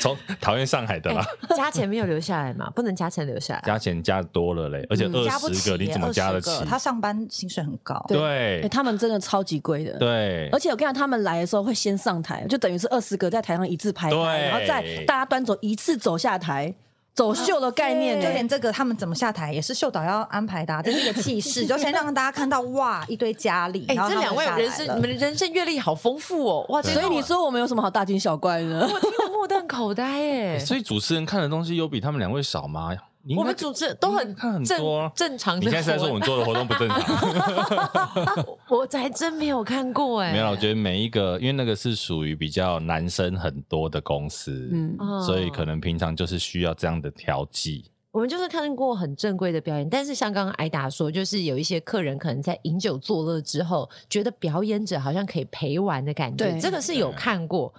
[SPEAKER 2] 从讨厌上海的啦，
[SPEAKER 3] 哎加钱没有留下来嘛？不能加钱留下来。
[SPEAKER 2] 加钱加的多了嘞，而且
[SPEAKER 4] 嗯
[SPEAKER 2] 二
[SPEAKER 5] 加不
[SPEAKER 2] 十
[SPEAKER 5] 起
[SPEAKER 2] 个
[SPEAKER 5] 耶，
[SPEAKER 2] 你怎么加得起
[SPEAKER 5] 20？个他上班薪水很高，
[SPEAKER 4] 对
[SPEAKER 2] 对
[SPEAKER 4] 哎，他们真的超级贵的。
[SPEAKER 2] 对
[SPEAKER 4] 而且我跟你讲，他们来的时候会先上台，就等于是二十个在台上一字排
[SPEAKER 2] 对
[SPEAKER 4] 开，然后再大家端走一次走下台。走秀的概念欸
[SPEAKER 5] 就
[SPEAKER 4] 呢
[SPEAKER 5] 连。这个他们怎么下台也是秀导要安排的、啊，这是一个气势，就先让大家看到哇一堆佳丽。
[SPEAKER 3] 哎、
[SPEAKER 5] 然后
[SPEAKER 3] 这
[SPEAKER 5] 他们
[SPEAKER 3] 两位
[SPEAKER 5] 下
[SPEAKER 3] 人
[SPEAKER 5] 来
[SPEAKER 3] 生
[SPEAKER 5] 了
[SPEAKER 3] 你们的人生阅历好丰富哦，哇，
[SPEAKER 4] 所以你说我们有什么好大惊小怪 呢？
[SPEAKER 3] 我听得目瞪口呆哎、
[SPEAKER 2] 所以主持人看的东西有比他们两位少吗？你应该
[SPEAKER 3] 我们主持人都很
[SPEAKER 2] 看很
[SPEAKER 3] 正
[SPEAKER 2] 多啊
[SPEAKER 3] 正常
[SPEAKER 2] 你
[SPEAKER 3] 的活
[SPEAKER 2] 现在是在
[SPEAKER 3] 动，
[SPEAKER 2] 说我们做的活动不正 常？
[SPEAKER 3] 我还真没有看过哎、
[SPEAKER 2] 没有啦，我觉得每一个，因为那个是属于比较男生很多的公司，
[SPEAKER 4] 嗯，
[SPEAKER 3] 哦
[SPEAKER 2] 所以可能平常就是需要这样的调剂。
[SPEAKER 3] 我们就是看过很正规的表演，但是像刚刚艾达说，就是有一些客人可能在饮酒作乐之后，觉得表演者好像可以陪玩的感觉，
[SPEAKER 4] 对
[SPEAKER 3] 这个是有看过。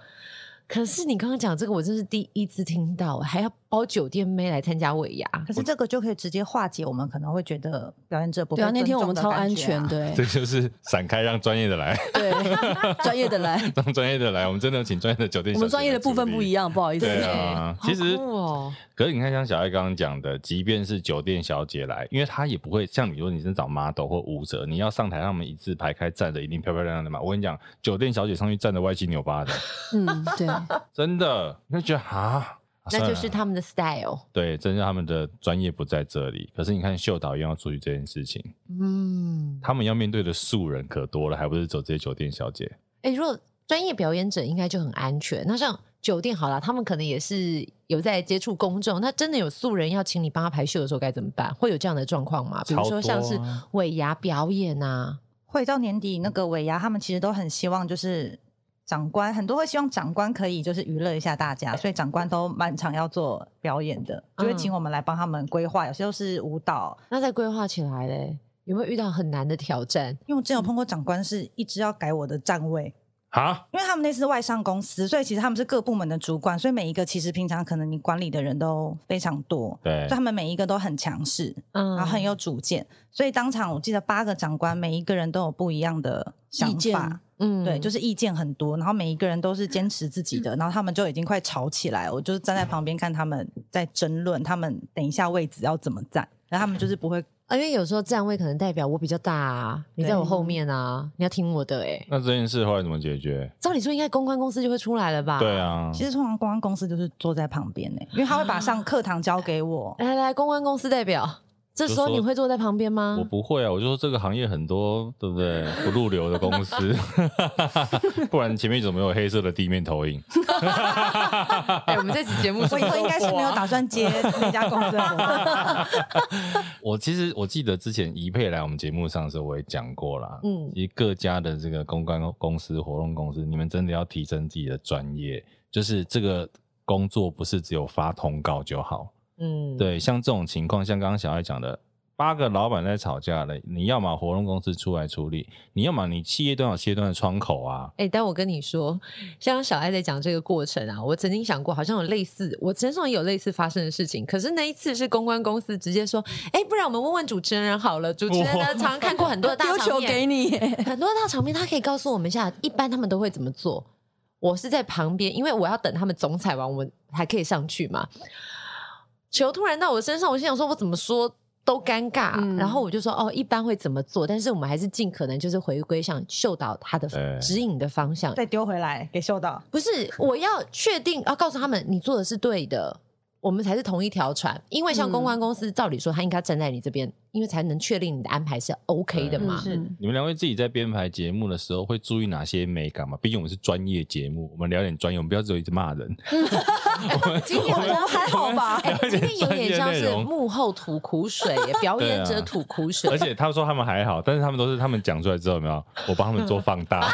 [SPEAKER 3] 可是你刚刚讲这个，我真是第一次听到，还要包酒店妹来参加尾牙，
[SPEAKER 2] 啊
[SPEAKER 5] 可是这个就可以直接化解我们可能会觉得表演者不被
[SPEAKER 4] 对啊，那天
[SPEAKER 5] 尊
[SPEAKER 4] 我们
[SPEAKER 5] 重的
[SPEAKER 4] 超
[SPEAKER 5] 感
[SPEAKER 4] 安
[SPEAKER 5] 觉
[SPEAKER 4] 全
[SPEAKER 5] 啊。
[SPEAKER 4] 的欸，
[SPEAKER 2] 这就是闪开，让专业的来，
[SPEAKER 4] 对， 专业的来，
[SPEAKER 2] 让专业的来。我们真的有请专业的酒店。
[SPEAKER 4] 我们专业的部分不一
[SPEAKER 2] 样。
[SPEAKER 4] 样，不好意思。
[SPEAKER 2] 对啊，
[SPEAKER 3] 好
[SPEAKER 2] 其实
[SPEAKER 3] 酷哦
[SPEAKER 2] 可是你看，像小爱刚刚讲的，即便是酒店小姐来，因为她也不会像你说你是找 model 或舞者，你要上台让他们一字排开站着，一定漂漂亮亮的嘛。我跟你讲，酒店小姐上去站的歪七扭八 的，
[SPEAKER 4] 嗯，对，
[SPEAKER 2] 真的，你就觉得啊，
[SPEAKER 3] 那
[SPEAKER 2] 算
[SPEAKER 3] 就
[SPEAKER 2] 了
[SPEAKER 3] 是他们的 style。
[SPEAKER 2] 对，真正他们的专业不在这里。可是你看，秀导演要处理这件事情，
[SPEAKER 3] 嗯，
[SPEAKER 2] 他们要面对的素人可多了，还不是走这些酒店小姐？
[SPEAKER 3] 哎、如果专业表演者应该就很安全。那像酒店好了，他们可能也是有在接触公众，那真的有素人要请你帮他排秀的时候该怎么办？会有这样的状况吗？比如
[SPEAKER 2] 超多
[SPEAKER 3] 说
[SPEAKER 2] 啊
[SPEAKER 3] 像是尾牙表演啊，
[SPEAKER 5] 会到年底那个尾牙，他们其实都很希望就是长官，很多会希望长官可以就是娱乐一下大家，所以长官都蛮常要做表演的，就会
[SPEAKER 4] 嗯
[SPEAKER 5] 请我们来帮他们规划，有些都是舞蹈。
[SPEAKER 3] 那在规划起来嘞，有没有遇到很难的挑战？
[SPEAKER 5] 因为我之前有碰过长官是一直要改我的站位，
[SPEAKER 2] 啊，
[SPEAKER 5] 因为他们那次外商公司，所以其实他们是各部门的主管，所以每一个其实平常可能你管理的人都非常多，
[SPEAKER 2] 对
[SPEAKER 5] 所以，他们每一个都很强势，
[SPEAKER 3] 嗯
[SPEAKER 5] 然啊后很有主见，所以当场我记得八个长官每一个人都有不一样的想
[SPEAKER 4] 意见
[SPEAKER 5] 法，
[SPEAKER 3] 嗯
[SPEAKER 5] 对，就是意见很多，然后每一个人都是坚持自己的，然后他们就已经快吵起来，我就是站在旁边看他们在争论，他们等一下位置要怎么站，然后他们就是不会，
[SPEAKER 3] 啊，因为有时候站位可能代表我比较大啊，你
[SPEAKER 5] 对
[SPEAKER 3] 在我后面啊，你要听我的哎、
[SPEAKER 2] 那这件事后来怎么解决？
[SPEAKER 3] 照理说应该公关公司就会出来了吧？
[SPEAKER 2] 对。啊，
[SPEAKER 5] 其实通常公关公司就是坐在旁边呢、因为他会把上课堂交给我，
[SPEAKER 3] 来来，公关公司代表，这时候
[SPEAKER 2] 就说
[SPEAKER 3] 你会坐在旁边吗
[SPEAKER 2] 我？不会啊，我就说这个行业很多，对不 对？不入流的公司， 不然前面怎么有黑色的地面投影？
[SPEAKER 3] 哎、我们这期节目啊
[SPEAKER 5] 我以后应该是没有打算接那家公司的活动。
[SPEAKER 2] 我其实我记得之前怡佩来我们节目上的时候，我也讲过啦。
[SPEAKER 3] 嗯
[SPEAKER 2] 其实各家的这个公关公司、活动公司，你们真的要提升自己的专业，就是这个工作不是只有发通告就好。
[SPEAKER 3] 嗯，
[SPEAKER 2] 对，像这种情况，像刚刚小爱讲的，八个老板在吵架了，你要么活动公司出来处理，你要么你企业端有企业端的窗口啊。
[SPEAKER 3] 哎、但我跟你说，像小爱在讲这个过程啊，我曾经想过，好像有类似，我身上也有类似发生的事情。可是那一次是公关公司直接说，哎、不然我们问问主持人好了。主持人呢，
[SPEAKER 2] 哇
[SPEAKER 3] 常常看过很多的大
[SPEAKER 4] 丢
[SPEAKER 3] 场
[SPEAKER 4] 球
[SPEAKER 3] 面，
[SPEAKER 4] 给你耶，
[SPEAKER 3] 很多大场面，他可以告诉我们一下，一般他们都会怎么做。我是在旁边，因为我要等他们总踩完，我们还可以上去嘛。球突然到我身上，我心想说，我怎么说都尴尬。
[SPEAKER 4] 嗯
[SPEAKER 3] 然后我就说，哦，一般会怎么做？但是我们还是尽可能就是回归向秀导他的
[SPEAKER 2] 对
[SPEAKER 3] 指引的方向。
[SPEAKER 5] 再丢回来给秀导。
[SPEAKER 3] 不是，我要确定，要告诉他们你做的是对的，我们才是同一条船。因为像
[SPEAKER 4] 嗯
[SPEAKER 3] 公关公司，照理说他应该站在你这边，因为才能确定你的安排是 OK 的
[SPEAKER 2] 对
[SPEAKER 4] 嗯
[SPEAKER 3] 嘛。
[SPEAKER 5] 是
[SPEAKER 2] 你们两位自己在编排节目的时候会注意哪些美感吗？毕竟我们是专业节目，我们聊点专业，我们不要只有一直骂人。
[SPEAKER 3] 今天
[SPEAKER 4] 我们还好吧？
[SPEAKER 3] 哎今天有点像
[SPEAKER 2] 专业
[SPEAKER 3] 是
[SPEAKER 2] 内容啊
[SPEAKER 3] 幕后吐苦水耶，表演者吐苦水。
[SPEAKER 2] 而且他说他们还好，但是他们都是他们讲出来之后，有没有？我帮他们做放大。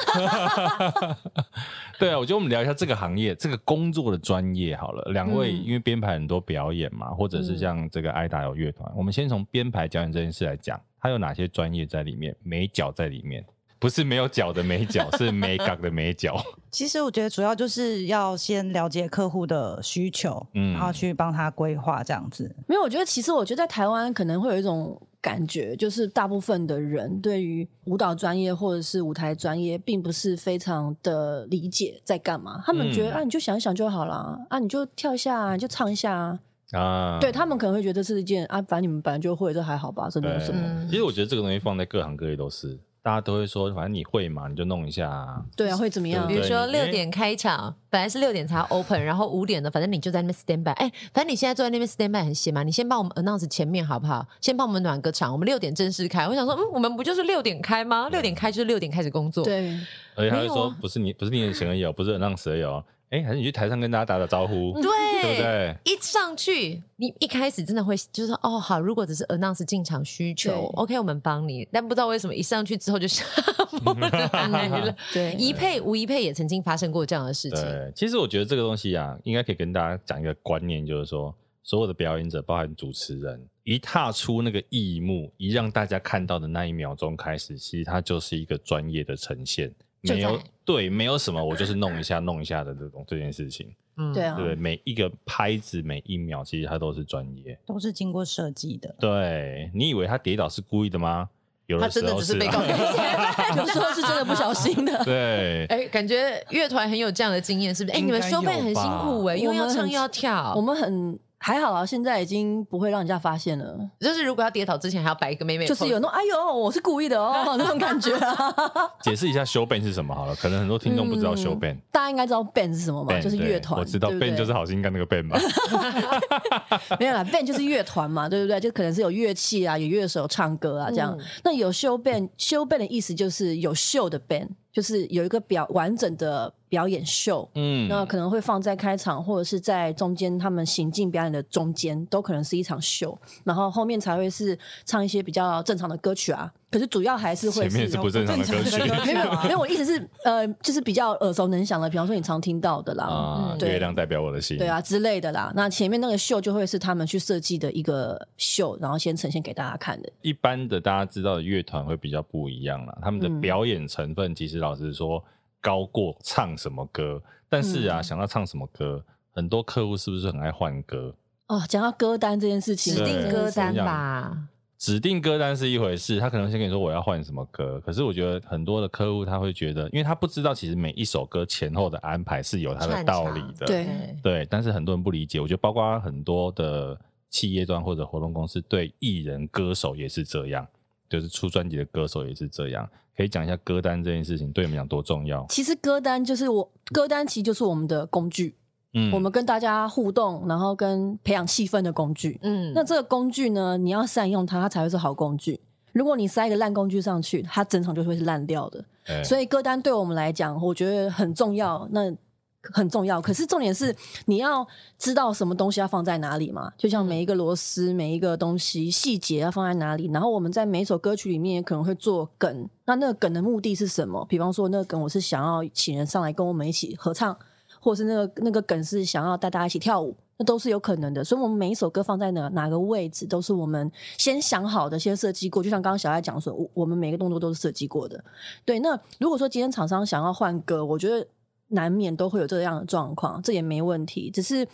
[SPEAKER 2] 对啊，我觉得我们聊一下这个行业、这个工作的专业好了。两位
[SPEAKER 3] 嗯
[SPEAKER 2] 因为编排很多表演嘛，或者是像这个艾达有乐团，我们先从编排表演这件事来讲，它有哪些专业在里面？美角在里面，不是没有脚的美角，是美港的美角。
[SPEAKER 5] 其实我觉得主要就是要先了解客户的需求，
[SPEAKER 2] 嗯
[SPEAKER 5] 然后去帮他规划这样子。
[SPEAKER 4] 没有，我觉得其实我觉得在台湾可能会有一种感觉，就是大部分的人对于舞蹈专业或者是舞台专业，并不是非常的理解在干嘛。他们觉得、
[SPEAKER 2] 嗯
[SPEAKER 4] 啊，你就想一想就好啦，啊，你就跳一下、啊，你就唱一下啊。
[SPEAKER 2] 啊，
[SPEAKER 4] 对他们可能会觉得这是一件啊，反正你们本来就会，这还好吧，这没有什么。
[SPEAKER 2] 对其实我觉得这个东西放在各行各业都是，大家都会说，反正你会嘛，你就弄一下、啊。
[SPEAKER 4] 对啊，会怎么样
[SPEAKER 3] 比
[SPEAKER 2] 对？
[SPEAKER 3] 如说
[SPEAKER 2] 对
[SPEAKER 3] 六
[SPEAKER 2] 你
[SPEAKER 3] 点开场，本来是六点才要 open，然后五点的，反正你就在那边 stand by。哎、反正你现在坐在那边 stand by 很闲嘛，你先帮我们 announce 前面好不好？先帮我们暖个场，我们六点正式开。我想说，嗯，我们不就是六点开吗？六点开就是六点开始工作。，
[SPEAKER 4] 对，
[SPEAKER 2] 而且他
[SPEAKER 3] 没
[SPEAKER 2] 会
[SPEAKER 3] 有
[SPEAKER 2] 说，
[SPEAKER 3] 啊
[SPEAKER 2] 不是你，不是你很闲而已哦，不是很让死而已哦。哎，还是你去台上跟大家打打招呼，
[SPEAKER 3] 嗯对
[SPEAKER 2] 对不对？
[SPEAKER 3] 一上去，你一开始真的会就是说哦好，如果只是 announce 进场需求
[SPEAKER 4] 对
[SPEAKER 3] ，OK，我们帮你。但不知道为什么一上去之后就下 不来了。
[SPEAKER 4] 对
[SPEAKER 3] 一配吴一配也曾经发生过这样的事情，
[SPEAKER 2] 对，其实我觉得这个东西啊，应该可以跟大家讲一个观念，就是说，所有的表演者，包含主持人，一踏出那个艺幕，一让大家看到的那一秒钟开始，其实它就是一个专业的呈现，
[SPEAKER 3] 就在
[SPEAKER 2] 没有对，没有什么，我就是弄一下弄一下的这种这件事情，
[SPEAKER 3] 嗯
[SPEAKER 4] 对啊
[SPEAKER 2] 对，每一个拍子每一秒，其实它都是专业。
[SPEAKER 5] 都是经过设计的。
[SPEAKER 2] 对你以为他跌倒是故意的吗？有
[SPEAKER 3] 他
[SPEAKER 2] 的时
[SPEAKER 3] 真的
[SPEAKER 2] 候
[SPEAKER 3] 只是
[SPEAKER 2] 啊
[SPEAKER 3] 被告
[SPEAKER 4] 有时候是真的不小心的。
[SPEAKER 2] 对，
[SPEAKER 3] 哎、感觉乐团很有这样的经验，是不是？哎、
[SPEAKER 1] 应
[SPEAKER 3] 你
[SPEAKER 1] 该
[SPEAKER 3] 们收费很辛苦哎、
[SPEAKER 4] 有吧
[SPEAKER 3] 因为要
[SPEAKER 4] 我们
[SPEAKER 3] 唱
[SPEAKER 4] 很
[SPEAKER 3] 又要跳。
[SPEAKER 4] 我们很还好啊，现在已经不会让人家发现了，
[SPEAKER 3] 就是如果要跌倒之前，还要摆一个妹妹 pose，
[SPEAKER 4] 就是有那种哎呦，我是故意的哦那种感觉啊。
[SPEAKER 2] 解释一下修 ban 是什么好了，可能很多听众不知道修
[SPEAKER 4] 嗯
[SPEAKER 2] ban。
[SPEAKER 4] 大家应该知道 band 是什么嘛，
[SPEAKER 2] ban，
[SPEAKER 4] 就是
[SPEAKER 2] 对
[SPEAKER 4] 乐团。
[SPEAKER 2] 我知道
[SPEAKER 4] 对不对
[SPEAKER 2] ban 就是好心肝那个 ban 吧。
[SPEAKER 4] 没有啦，band 就是乐团嘛，对不对？就可能是有乐器啊，有乐手唱歌啊这样。
[SPEAKER 3] 嗯
[SPEAKER 4] 那有秀 band，秀 band 的意思就是有秀的 band，就是有一个表完整的表演秀。
[SPEAKER 2] 嗯
[SPEAKER 4] 那可能会放在开场，或者是在中间他们行进表演的中间，都可能是一场秀，然后后面才会是唱一些比较正常的歌曲啊。可是主要还是会
[SPEAKER 2] 前面是不正常的歌曲
[SPEAKER 4] 没 有啊没有，我的意思是呃，就是比较耳熟能详的，比方说你常听到的啦，
[SPEAKER 2] 啊，
[SPEAKER 4] 嗯对
[SPEAKER 2] 月亮代表我的心。
[SPEAKER 4] 对，啊之类的啦。那前面那个秀就会是他们去设计的一个秀，然后先呈现给大家看的。
[SPEAKER 2] 一般的大家知道的乐团会比较不一样啦，他们的
[SPEAKER 4] 嗯
[SPEAKER 2] 表演成分其实老实说高过唱什么歌，但是
[SPEAKER 4] 嗯
[SPEAKER 2] 啊，想到唱什么歌，很多客户是不是很爱换歌？
[SPEAKER 4] 哦，讲到歌单这件事情，
[SPEAKER 3] 指定
[SPEAKER 2] 对
[SPEAKER 3] 歌单
[SPEAKER 2] 怎样
[SPEAKER 3] 吧。
[SPEAKER 2] 指定歌单是一回事，他可能先跟你说我要换什么歌，可是我觉得很多的客户他会觉得，因为他不知道其实每一首歌前后的安排是有它的
[SPEAKER 3] 串
[SPEAKER 2] 道
[SPEAKER 3] 场
[SPEAKER 2] 理的，
[SPEAKER 4] 对
[SPEAKER 2] 对，但是很多人不理解，我觉得包括很多的企业端或者活动公司对艺人歌手也是这样，就是出专辑的歌手也是这样，可以讲一下歌单这件事情对你们讲多重要？
[SPEAKER 4] 其实歌单就是我歌单，其实就是我们的工具，
[SPEAKER 2] 嗯
[SPEAKER 4] 我们跟大家互动，然后跟培养气氛的工具。
[SPEAKER 3] 嗯，
[SPEAKER 4] 那这个工具呢，你要善用它，它才会是好工具。如果你塞一个烂工具上去，它整场就会是烂掉的。所
[SPEAKER 2] 以
[SPEAKER 4] 以歌单对我们来讲，我觉得很重要，那很重要。可是重点是你要知道什么东西要放在哪里嘛，就像每一个螺丝、每一个东西细节要放在哪里。然后我们在每一首歌曲里面也可能会做梗，那那个梗的目的是什么？比方说那个梗我是想要请人上来跟我们一起合唱，或者是那个那个梗是想要带大家一起跳舞。那都是有可能的，所以我们每一首歌放在哪哪个位置，都是我们先想好的，先设计过。就像刚刚小爱讲说，我我们每个动作都是设计过的。对，那如果说今天厂商想要换歌，我觉得难免都会有这样的状况，这也没问题。只是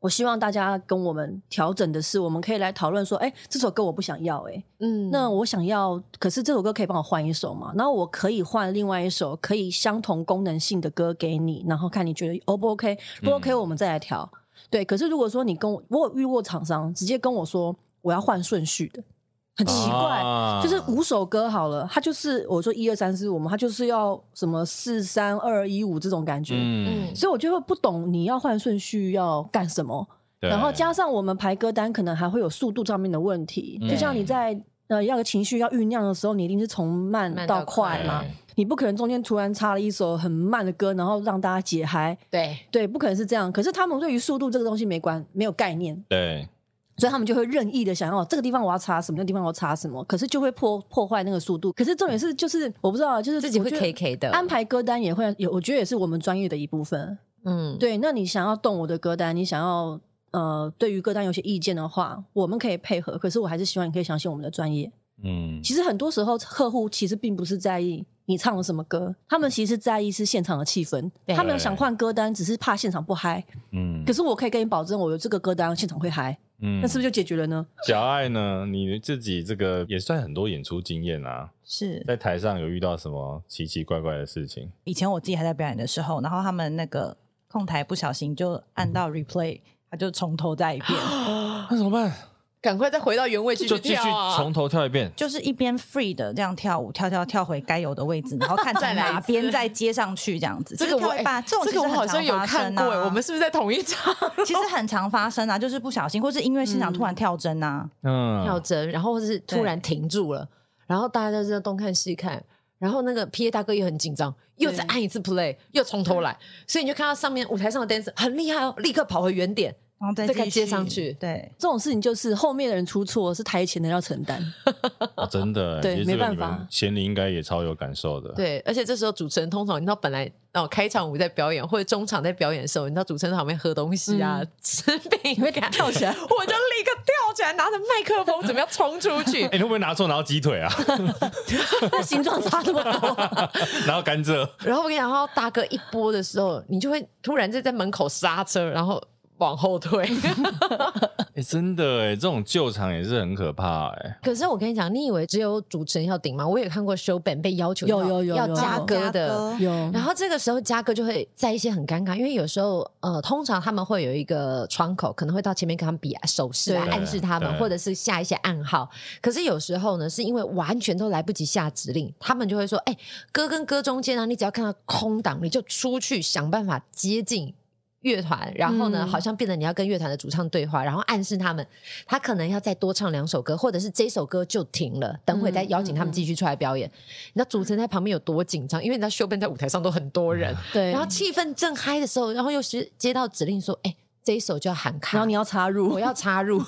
[SPEAKER 4] 我希望大家跟我们调整的是，我们可以来讨论说，哎，这首歌我不想要、诶哎，
[SPEAKER 3] 嗯
[SPEAKER 4] 那我想要，可是这首歌可以帮我换一首吗？然后我可以换另外一首可以相同功能性的歌给你，然后看你觉得 O 不 OK？不 OK，我们再来调。对，可是如果说你跟我，我有遇过厂商直接跟我说我要换顺序的，很奇
[SPEAKER 2] 啊
[SPEAKER 4] 怪，就是五首歌好了，它就是我说一二三四五嘛，它就是要什么四三二一五这种感觉，
[SPEAKER 2] 嗯
[SPEAKER 4] 所以我就会不懂你要换顺序要干什么。
[SPEAKER 2] 对
[SPEAKER 4] 然后加上我们排歌单，可能还会有速度上面的问题，
[SPEAKER 2] 嗯
[SPEAKER 4] 就像你在。呃，要个情绪要酝酿的时候，你一定是从慢
[SPEAKER 3] 慢到
[SPEAKER 4] 到快嘛
[SPEAKER 2] 快，
[SPEAKER 4] 你不可能中间突然插了一首很慢的歌，然后让大家解嗨，
[SPEAKER 3] 对，
[SPEAKER 4] 对，不可能是这样。可是他们对于速度这个东西没关没有概念，
[SPEAKER 2] 对，
[SPEAKER 4] 所以他们就会任意的想要这个地方我要插什么，那个地方我要插什么，可是就会破破坏那个速度。可是重点是，就是我不知道，就是
[SPEAKER 3] 自己会
[SPEAKER 4] 我觉得
[SPEAKER 3] K K 的，
[SPEAKER 4] 安排歌单也会有，我觉得也是我们专业的一部分。
[SPEAKER 3] 嗯，
[SPEAKER 4] 对，那你想要动我的歌单，你想要呃对于歌单有些意见的话，我们可以配合。可是我还是希望你可以相信我们的专业。
[SPEAKER 2] 嗯，
[SPEAKER 4] 其实很多时候，客户其实并不是在意你唱了什么歌，他们其实在意是现场的气氛。
[SPEAKER 3] 对
[SPEAKER 4] 他们想换歌单，只是怕现场不嗨。
[SPEAKER 2] 嗯
[SPEAKER 4] 可是我可以跟你保证，我有这个歌单，现场会嗨，
[SPEAKER 2] 嗯
[SPEAKER 4] 那是不是就解决了呢？
[SPEAKER 2] 小爱呢？你自己这个也算很多演出经验啊，
[SPEAKER 5] 是
[SPEAKER 2] 在台上有遇到什么奇奇怪怪的事情？
[SPEAKER 5] 以前我自己还在表演的时候，然后他们那个
[SPEAKER 3] 嗯
[SPEAKER 5] 控台不小心就按到 replay，他就从头再一遍，
[SPEAKER 2] 那怎么办？
[SPEAKER 3] 赶快再回到原位继
[SPEAKER 2] 就
[SPEAKER 3] 续
[SPEAKER 2] 继续
[SPEAKER 3] 跳啊！
[SPEAKER 2] 从头跳一遍。
[SPEAKER 5] 就是一边 free 的这样跳舞，跳跳跳回该有的 位置，然后看
[SPEAKER 3] 再
[SPEAKER 5] 从
[SPEAKER 3] 来一
[SPEAKER 5] 哪
[SPEAKER 3] 次
[SPEAKER 5] 边再接上去，这样子。
[SPEAKER 3] 这
[SPEAKER 5] 就是
[SPEAKER 3] 个我哎
[SPEAKER 5] 跳一半，这种
[SPEAKER 3] 这
[SPEAKER 5] 其实
[SPEAKER 3] 个我
[SPEAKER 5] 很
[SPEAKER 3] 好
[SPEAKER 5] 常
[SPEAKER 3] 像有
[SPEAKER 5] 发
[SPEAKER 3] 看
[SPEAKER 5] 生
[SPEAKER 3] 过、
[SPEAKER 5] 啊
[SPEAKER 3] 我 们是不是在同一场
[SPEAKER 5] 其实很常发生啊，就是不小心，或是音乐现场突然跳针啊，
[SPEAKER 3] 跳
[SPEAKER 2] 嗯，
[SPEAKER 3] 针，然后或者是突然停住了，然后大家就在东看西看，然后那个 P A 大哥也很紧张，又再按一次 play，又从头来，所以你就看到上面舞台上的 dancer 很厉害哦，立刻跑回原点，
[SPEAKER 5] 然后再
[SPEAKER 3] 再给它
[SPEAKER 5] 继
[SPEAKER 3] 接嗯
[SPEAKER 5] 续
[SPEAKER 3] 上去
[SPEAKER 5] 对，
[SPEAKER 4] 这种事情就是后面的人出错是台前的要承 担，
[SPEAKER 2] 哦真的，
[SPEAKER 4] 对
[SPEAKER 2] 其实这
[SPEAKER 4] 没
[SPEAKER 2] 个
[SPEAKER 4] 办
[SPEAKER 2] 你
[SPEAKER 4] 法
[SPEAKER 2] 们贤玲应该也超有感受的。
[SPEAKER 3] 对，而且这时候主持人通常，你知道本来哦开场舞在表演或者中场在表演的时候，你知道主持人在旁边喝东西啊、
[SPEAKER 4] 嗯
[SPEAKER 3] 吃饼
[SPEAKER 4] 你会
[SPEAKER 3] 干，。
[SPEAKER 4] 跳起来
[SPEAKER 3] 我就立刻跳起来，拿着麦克风准备要冲出去
[SPEAKER 2] 哎，。你会不会拿错然后鸡腿啊，
[SPEAKER 4] 那形状差那么多，
[SPEAKER 2] 然后甘蔗？
[SPEAKER 3] 然后我跟你讲，然后大哥一播的时候，你就会突然就在门口刹车，然后往后退。
[SPEAKER 2] 哎，真的哎，这种救场也是很可怕哎。
[SPEAKER 3] 可是我跟你讲，你以为只有主持人要顶吗？我也看过修本被要求要
[SPEAKER 4] 有有有
[SPEAKER 3] 要
[SPEAKER 4] 有
[SPEAKER 3] 加歌的。
[SPEAKER 4] 有
[SPEAKER 2] 嗯
[SPEAKER 3] 然后这个时候嘉哥就会在一些很尴尬，因为有时候呃，通常他们会有一个窗口，可能会到前面跟他们比手势来
[SPEAKER 2] 对
[SPEAKER 3] 暗示他们，
[SPEAKER 2] 对
[SPEAKER 3] 或者是下一些暗号。可是有时候呢，是因为完全都来不及下指令，他们就会说：“哎、歌跟歌中间呢、啊你只要看到空档，你就出去想办法接近。”乐团，然后呢，
[SPEAKER 4] 嗯
[SPEAKER 3] 好像变得你要跟乐团的主唱对话，然后暗示他们，他可能要再多唱两首歌，或者是这首歌就停了，等会再
[SPEAKER 2] 嗯
[SPEAKER 3] 邀请他们继续出来表演。你知道主持人在旁边有多紧张，因为你知道秀笨在舞台上都很多人，
[SPEAKER 4] 对，
[SPEAKER 3] 然
[SPEAKER 4] 然
[SPEAKER 3] 后
[SPEAKER 4] 后
[SPEAKER 3] 气氛正嗨的时候，然后又是接到指令说，哎、这一首就要喊卡，
[SPEAKER 4] 然后你要插 入，
[SPEAKER 3] 我要插入，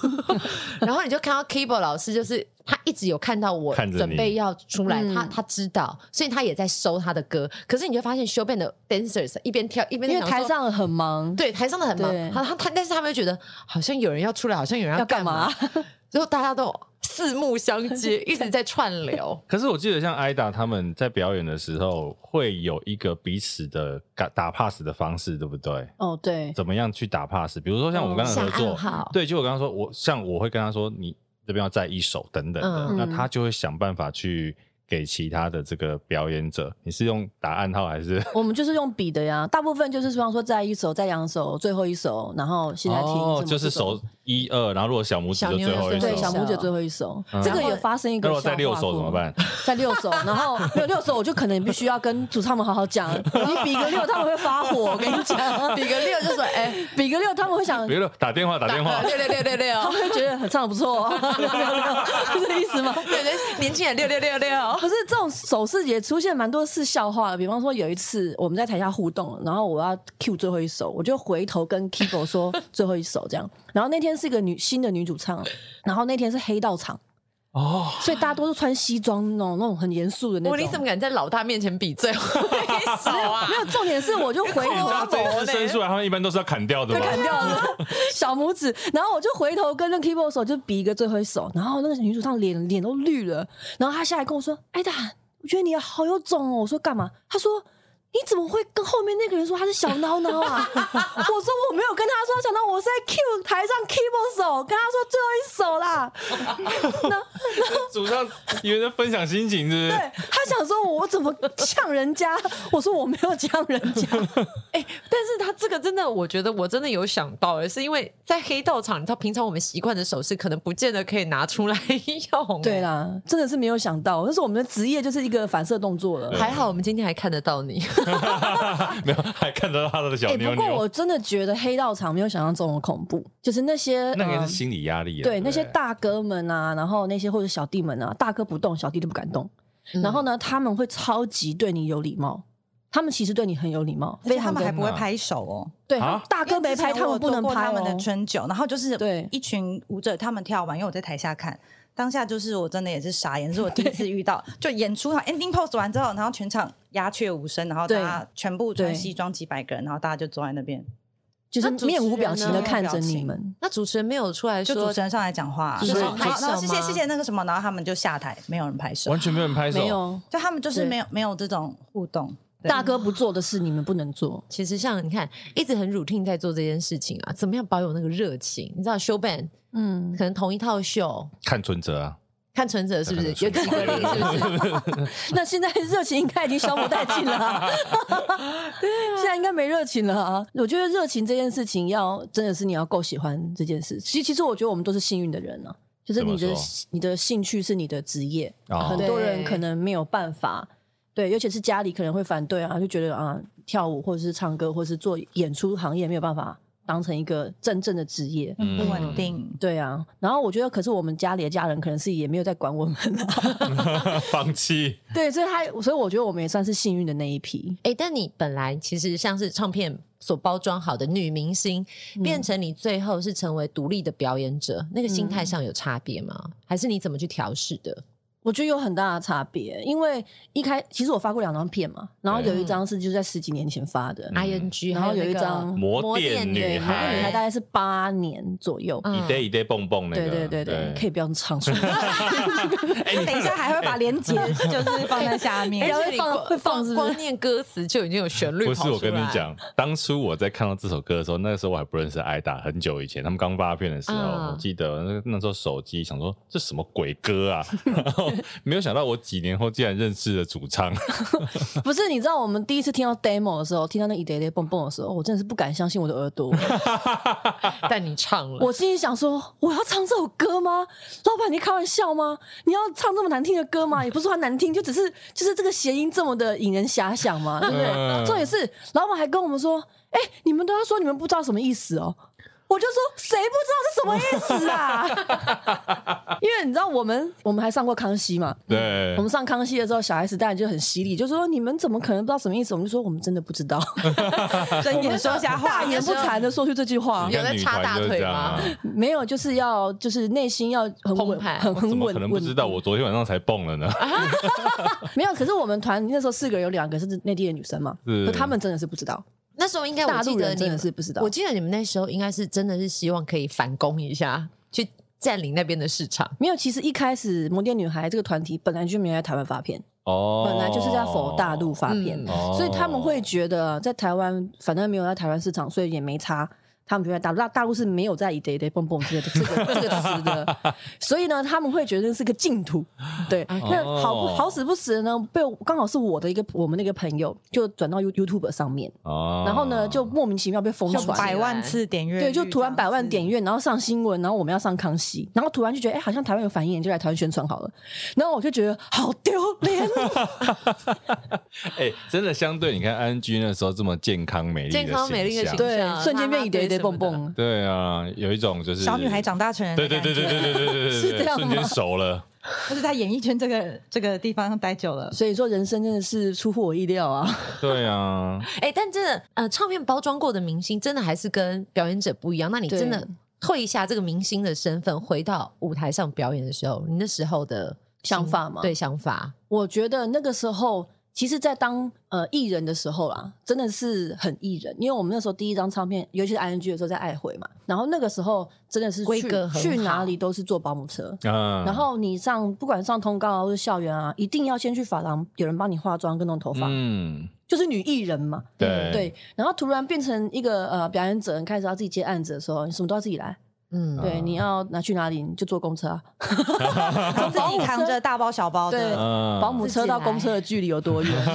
[SPEAKER 3] 然后你就看到 Keyboard 老师就是他一直有看到我
[SPEAKER 2] 看着你
[SPEAKER 3] 准备要出来，
[SPEAKER 4] 嗯
[SPEAKER 3] 他他知道，所以他也在收他的歌，可是你就发现秀笨的 dancers 一边跳一边
[SPEAKER 4] 因为
[SPEAKER 3] 在想说
[SPEAKER 4] 台。上很忙，
[SPEAKER 3] 对，台上的很
[SPEAKER 4] 对
[SPEAKER 3] 忙，他他他，但是他们又觉得好像有人要出来，好像有人
[SPEAKER 4] 要
[SPEAKER 3] 干
[SPEAKER 4] 干嘛？
[SPEAKER 3] 然后大家都四目相接，一直在串流。
[SPEAKER 2] 可是我记得像艾达他们在表演的时候，会有一个彼此的打打 pass 的方式，对不对？
[SPEAKER 4] 哦，对，
[SPEAKER 2] 怎么样去打 pass？比如说像我们
[SPEAKER 4] 哦
[SPEAKER 2] 刚刚
[SPEAKER 3] 下
[SPEAKER 2] 合作，
[SPEAKER 3] 暗号，
[SPEAKER 2] 对，就我刚刚说，我像我会跟他说，你这边要在一手等等的，
[SPEAKER 3] 嗯
[SPEAKER 2] 那他就会想办法去给其他的这个表演者，你是用打暗号还是？
[SPEAKER 4] 我们就是用比的呀，大部分就是希望说在一手，在两手，最后一手，然后现在听，
[SPEAKER 2] 哦
[SPEAKER 4] 什，么
[SPEAKER 2] 就是
[SPEAKER 4] 这种
[SPEAKER 2] 手一二，然后如果小拇指
[SPEAKER 3] 小
[SPEAKER 2] 就
[SPEAKER 3] 妞
[SPEAKER 2] 最
[SPEAKER 3] 就
[SPEAKER 2] 后一
[SPEAKER 3] 最
[SPEAKER 4] 对
[SPEAKER 3] 后一
[SPEAKER 4] 小
[SPEAKER 2] 手
[SPEAKER 3] 手，
[SPEAKER 4] 拇指最后一手，
[SPEAKER 2] 嗯
[SPEAKER 4] 这个也发生一个
[SPEAKER 2] 那
[SPEAKER 4] 笑
[SPEAKER 2] 如
[SPEAKER 4] 话
[SPEAKER 2] 果在六
[SPEAKER 4] 过。
[SPEAKER 2] 手怎么办？
[SPEAKER 4] 在六手，然后没有六手，我就可能必须要跟主唱们好好讲，你比个六，他们会发火，我跟 你讲，
[SPEAKER 3] 比个六就说哎，
[SPEAKER 4] 比个六，他们会想
[SPEAKER 2] 比，如打电话打电 话，
[SPEAKER 3] 六六六六
[SPEAKER 4] 他
[SPEAKER 3] 六，
[SPEAKER 4] 们会觉得很唱的不错、哦，六六六是这意思吗？
[SPEAKER 3] 对对，年轻人六六六六，
[SPEAKER 4] 可是这种手势也出现蛮多次笑话的，比方说有一次我们在台下互动，然后我要 cue 最后一首，我就回头跟 Kibo 说最后一首这样。然后那天是一个女新的女主唱，然后那天是黑道场，
[SPEAKER 2] 哦，
[SPEAKER 4] 所以大家都是穿西装那种那种很严肃的那
[SPEAKER 3] 我
[SPEAKER 4] 种。
[SPEAKER 3] 你怎么敢在老大面前比最后一手 啊
[SPEAKER 4] 没？有重点是我就回
[SPEAKER 2] 哎你知道
[SPEAKER 4] 头
[SPEAKER 2] 这一次伸出来，他们一般都是要砍掉的
[SPEAKER 4] 就
[SPEAKER 2] 吧？
[SPEAKER 4] 砍掉了 小拇指，然后我就回头跟那 keyboard 手就比一个最后一手，然后那个女主唱脸脸都绿了，然后她下来跟我说：“艾达，我觉得你好有种哦。”我说：“干嘛？”她说。你怎么会跟后面那个人说他是小孬孬 啊？我说我没有跟他说小孬，我是在 Q 台上 keyboard 手跟他说最后一首啦。
[SPEAKER 2] 主唱以为在分享心情，是不是？
[SPEAKER 4] 对他想说我怎么呛人家？我说我没有呛人 家。
[SPEAKER 3] 哎，但是他这个真的，我觉得我真的有想到，而是因为在黑道场，你知道平常我们习惯的手势，可能不见得可以拿出来用。
[SPEAKER 4] 对，啦，真的是没有想到，但是我们的职业就是一个反射动作了。
[SPEAKER 3] 还好我们今天还看得到你，
[SPEAKER 2] 没有，还看得到他的小
[SPEAKER 4] 哎、
[SPEAKER 2] 妞
[SPEAKER 4] 不过
[SPEAKER 2] 妞，
[SPEAKER 4] 我真的觉得黑道场没有想象中的恐怖，就是那些
[SPEAKER 2] 那个
[SPEAKER 4] 呃
[SPEAKER 2] 是心理压力啊。
[SPEAKER 4] 对
[SPEAKER 2] 对
[SPEAKER 4] 那些
[SPEAKER 2] 不对
[SPEAKER 4] 大哥们啊，然后那些或者小弟们啊，大哥不动，小弟都不敢动。
[SPEAKER 5] 嗯
[SPEAKER 4] 然后呢，他们会超级对你有礼貌，他们其实对你很有礼貌，
[SPEAKER 5] 而且
[SPEAKER 4] 非
[SPEAKER 5] 他
[SPEAKER 4] 常
[SPEAKER 5] 们还
[SPEAKER 4] 的
[SPEAKER 5] 不会
[SPEAKER 2] 哪
[SPEAKER 5] 拍手哦。
[SPEAKER 4] 对。
[SPEAKER 2] 啊
[SPEAKER 4] 大哥没拍，
[SPEAKER 5] 因为之前
[SPEAKER 4] 他们
[SPEAKER 5] 我有
[SPEAKER 4] 不能
[SPEAKER 5] 做过
[SPEAKER 4] 拍、
[SPEAKER 5] 他
[SPEAKER 4] 哦、
[SPEAKER 5] 们的春酒，然后就是
[SPEAKER 4] 对
[SPEAKER 5] 一群舞者他们跳完，因为我在台下看，当下就是我真的也是傻眼，是我第一次遇到，就演出好 ending pose 完之后，然后全场鸦雀无声，然后大
[SPEAKER 4] 对
[SPEAKER 5] 家全部穿
[SPEAKER 4] 对
[SPEAKER 5] 西装几百个人，然后大家就坐在那边，
[SPEAKER 4] 就是
[SPEAKER 3] 那主持
[SPEAKER 4] 面无表
[SPEAKER 3] 人
[SPEAKER 4] 情
[SPEAKER 3] 呢
[SPEAKER 4] 的
[SPEAKER 5] 面无
[SPEAKER 4] 看
[SPEAKER 5] 表
[SPEAKER 4] 着你
[SPEAKER 5] 情
[SPEAKER 4] 们。
[SPEAKER 3] 那主持人没有出来
[SPEAKER 5] 就
[SPEAKER 3] 说
[SPEAKER 5] 主持人上来讲话、
[SPEAKER 3] 所以
[SPEAKER 5] 就
[SPEAKER 3] 所
[SPEAKER 5] 是
[SPEAKER 3] 以
[SPEAKER 5] 然后然
[SPEAKER 3] 拍
[SPEAKER 5] 后谢谢
[SPEAKER 3] 手吗
[SPEAKER 5] 谢谢那个什么，然后他们就下台，没有人拍手
[SPEAKER 2] 完，全没有人拍手，
[SPEAKER 4] 没有，
[SPEAKER 5] 就他们就是
[SPEAKER 4] 对
[SPEAKER 5] 没有没有这种互动。对
[SPEAKER 4] 大哥不做的事你们不能做。
[SPEAKER 3] 其实像你看，一直很 routine 在做这件事情啊，怎么样保有那个热情？你知道修 band
[SPEAKER 4] 嗯，
[SPEAKER 3] 可能同一套秀，
[SPEAKER 2] 看存折 啊。
[SPEAKER 3] 看存折是不是有
[SPEAKER 2] 看
[SPEAKER 3] 几个零？是不是？
[SPEAKER 4] 那现在热情应该已经消磨殆尽了、啊， 对啊，现在应该没热情了啊。我觉得热情这件事情要真的是你要够喜欢这件事。其实，其实我觉得我们都是幸运的人啊，就是你
[SPEAKER 2] 怎
[SPEAKER 4] 的
[SPEAKER 2] 么说
[SPEAKER 4] 你的兴趣是你的职业，
[SPEAKER 2] 哦
[SPEAKER 4] 很多人
[SPEAKER 3] 对
[SPEAKER 4] 可能没有办法，对，尤其是家里可能会反对啊，就觉得啊，跳舞或者是唱歌或者是做演出行业没有办法当成一个真正的职业。
[SPEAKER 5] 嗯不稳
[SPEAKER 2] 嗯
[SPEAKER 5] 定，
[SPEAKER 4] 对啊，然后我觉得，可是我们家里的家人可能是也没有在管我们、啊
[SPEAKER 2] 放弃
[SPEAKER 4] 对，所以他，所以我觉得我们也算是幸运的那一批。
[SPEAKER 3] 哎、但你本来其实像是唱片所包装好的女明星，
[SPEAKER 4] 嗯
[SPEAKER 3] 变成你最后是成为独立的表演者，那个心
[SPEAKER 4] 嗯
[SPEAKER 3] 态上有差别吗？还是你怎么去调试的？
[SPEAKER 4] 我觉得有很大的差别，因为一开其实我发过两张片嘛，然后有一张是就是在十几年前发的，
[SPEAKER 2] 嗯
[SPEAKER 3] ing，
[SPEAKER 4] 然后有一
[SPEAKER 3] 还
[SPEAKER 4] 张
[SPEAKER 3] 那个
[SPEAKER 2] 魔
[SPEAKER 3] 魔
[SPEAKER 2] 电
[SPEAKER 3] 电
[SPEAKER 2] 女
[SPEAKER 3] 女
[SPEAKER 4] 那个女孩
[SPEAKER 2] 孩
[SPEAKER 4] 大，概是八年左右。
[SPEAKER 3] 嗯
[SPEAKER 2] 一堆一堆蹦蹦那
[SPEAKER 4] 对
[SPEAKER 2] 个，
[SPEAKER 4] 对对对，可以不要唱出来，
[SPEAKER 2] 哎，你
[SPEAKER 5] 等
[SPEAKER 2] 看
[SPEAKER 5] 一下还会把 连接就是放在下面，
[SPEAKER 4] 哎
[SPEAKER 3] 而且你
[SPEAKER 4] 会放
[SPEAKER 3] 光
[SPEAKER 4] 会放
[SPEAKER 3] 光
[SPEAKER 4] 是不是
[SPEAKER 3] 光念歌词就已经有旋律
[SPEAKER 2] 不
[SPEAKER 3] 跑出
[SPEAKER 2] 是
[SPEAKER 3] 来。
[SPEAKER 2] 我跟你，讲，当初我在看到这首歌的时候，那个时候我还不认识艾达，很久以前他们刚发片的时候，
[SPEAKER 3] 嗯
[SPEAKER 2] 我记得那那时候手机想说这什么鬼歌 啊，然后没有想到我几年后竟然认识了主 唱，
[SPEAKER 4] 不是，你知道我们第一次听到 demo 的时候，听到那一叠叠蹦蹦的时候，我真的是不敢相信我的耳朵。
[SPEAKER 3] 但你唱了，
[SPEAKER 4] 我心里想说，我要唱这首歌吗？老板，你开玩笑吗？你要唱这么难听的歌吗？也不是说它难听，就只是就是这个谐音这么的引人遐想嘛，对不
[SPEAKER 2] 嗯
[SPEAKER 4] 对？重点是老板还跟我们说，哎、你们都要说你们不知道什么意思哦。我就说谁不知道是什么意思啊？ 因为你知道我们我们还上过康熙嘛，
[SPEAKER 2] 对
[SPEAKER 4] 我，们上康熙的时候，小孩子当然就很犀利，就说你们怎么可能不知道什么意思？我们就说我们真的不知 道，
[SPEAKER 5] 睁眼说瞎话
[SPEAKER 4] 大，言不惭的说出这句话
[SPEAKER 2] 你，看
[SPEAKER 3] 有在
[SPEAKER 2] 女
[SPEAKER 3] 插
[SPEAKER 2] 团
[SPEAKER 3] 大
[SPEAKER 2] 就是
[SPEAKER 3] 腿
[SPEAKER 2] 这样啊
[SPEAKER 3] 吗？
[SPEAKER 4] 没有就是要就是内心要很
[SPEAKER 3] 澎
[SPEAKER 4] 稳
[SPEAKER 3] 湃
[SPEAKER 4] 很很
[SPEAKER 2] 怎么
[SPEAKER 4] 稳
[SPEAKER 2] 可能不
[SPEAKER 4] 稳
[SPEAKER 2] 知道？
[SPEAKER 4] 定
[SPEAKER 2] 我昨天晚上才蹦了呢，
[SPEAKER 4] 没有，可是我们团那时候四个人有两个是内地的女生嘛，
[SPEAKER 2] 是
[SPEAKER 4] 可他们真的是不知道，
[SPEAKER 3] 那时候应该我
[SPEAKER 4] 大
[SPEAKER 3] 记
[SPEAKER 4] 陆
[SPEAKER 3] 得
[SPEAKER 4] 人
[SPEAKER 3] 你
[SPEAKER 4] 真的
[SPEAKER 3] 们
[SPEAKER 4] 是不知道
[SPEAKER 3] 我。记得你们那时候应该是真的是希望可以反攻一下，去占领那边的市场。
[SPEAKER 4] 没有，其实一开始摩天女孩这个团体本来就没有在台湾发片，
[SPEAKER 2] 哦，
[SPEAKER 4] 本来就是在否大陆发片，
[SPEAKER 3] 嗯
[SPEAKER 2] 哦，
[SPEAKER 4] 所以他们会觉得在台湾反正没有在台湾市场，所以也没差。他们就在大陆，大大陆是没有在“一堆一堆蹦蹦”这个这个 这个词的，所以呢，他们会觉得是个净土。对，
[SPEAKER 2] 哦
[SPEAKER 4] 那好不好死不死呢，被我刚好是我的一个我们那个朋友就转到 You YouTube 上面，
[SPEAKER 2] 哦，
[SPEAKER 4] 然后呢就莫名其妙被疯
[SPEAKER 5] 就
[SPEAKER 4] 传，
[SPEAKER 5] 百万次点阅率这
[SPEAKER 4] 对，
[SPEAKER 5] 样子，
[SPEAKER 4] 就突然百万点阅，然后上新闻，然后我们要上康熙，然后突然就觉得，哎、好像台湾有反应，就来台湾宣传好了。然后我就觉得好丢 脸哦，
[SPEAKER 2] 哎、真的相对你看 ING 那时候这么健康美丽的
[SPEAKER 3] 健康美丽的
[SPEAKER 2] 形象
[SPEAKER 3] 形
[SPEAKER 4] 对
[SPEAKER 3] 像，
[SPEAKER 4] 瞬间变一叠一叠
[SPEAKER 3] 啦啦队什么
[SPEAKER 4] 蹦
[SPEAKER 3] 的
[SPEAKER 4] 蹦。
[SPEAKER 2] 对啊，有一种就是
[SPEAKER 5] 小女孩长大成人，
[SPEAKER 2] 对对对对对，对对对对，
[SPEAKER 4] 是这样吗
[SPEAKER 2] 瞬间熟了。
[SPEAKER 5] 就是在演艺圈这个 这个地方待久了，
[SPEAKER 4] 所以说，人生真的是出乎我意料啊！
[SPEAKER 2] 对啊，
[SPEAKER 3] 哎、但真的，呃，唱片包装过的明星，真的还是跟表演者不一样。那你
[SPEAKER 4] 对
[SPEAKER 3] 真的退一下这个明星的身份，回到舞台上表演的时候，你那时候的
[SPEAKER 4] 想
[SPEAKER 3] 心
[SPEAKER 4] 法吗
[SPEAKER 3] 对，想法。
[SPEAKER 4] 我觉得那个时候，其实，在当呃艺人的时候啊，真的是很艺人，因为我们那时候第一张唱片，尤其是 ING 的时候，在爱回嘛，然后那个时候真的是
[SPEAKER 3] 规
[SPEAKER 4] 去
[SPEAKER 3] 格很
[SPEAKER 4] 去
[SPEAKER 3] 好
[SPEAKER 4] 哪里都是坐保姆车，
[SPEAKER 2] 嗯，
[SPEAKER 4] 然后你上不管上通告啊，或者校园啊，一定要先去发廊，有人帮你化妆跟弄头发，
[SPEAKER 2] 嗯，
[SPEAKER 4] 就是女艺人嘛。
[SPEAKER 2] 对
[SPEAKER 4] 对，然后突然变成一个呃表演者，你开始要自己接案子的时候，你什么都要自己来。
[SPEAKER 3] 嗯，
[SPEAKER 2] 啊
[SPEAKER 4] 对，你要拿去哪里你就坐公车啊，
[SPEAKER 5] 就自己扛着大包小包
[SPEAKER 4] 对
[SPEAKER 5] 的，
[SPEAKER 2] 嗯，
[SPEAKER 4] 保姆车到公车的距离有多远？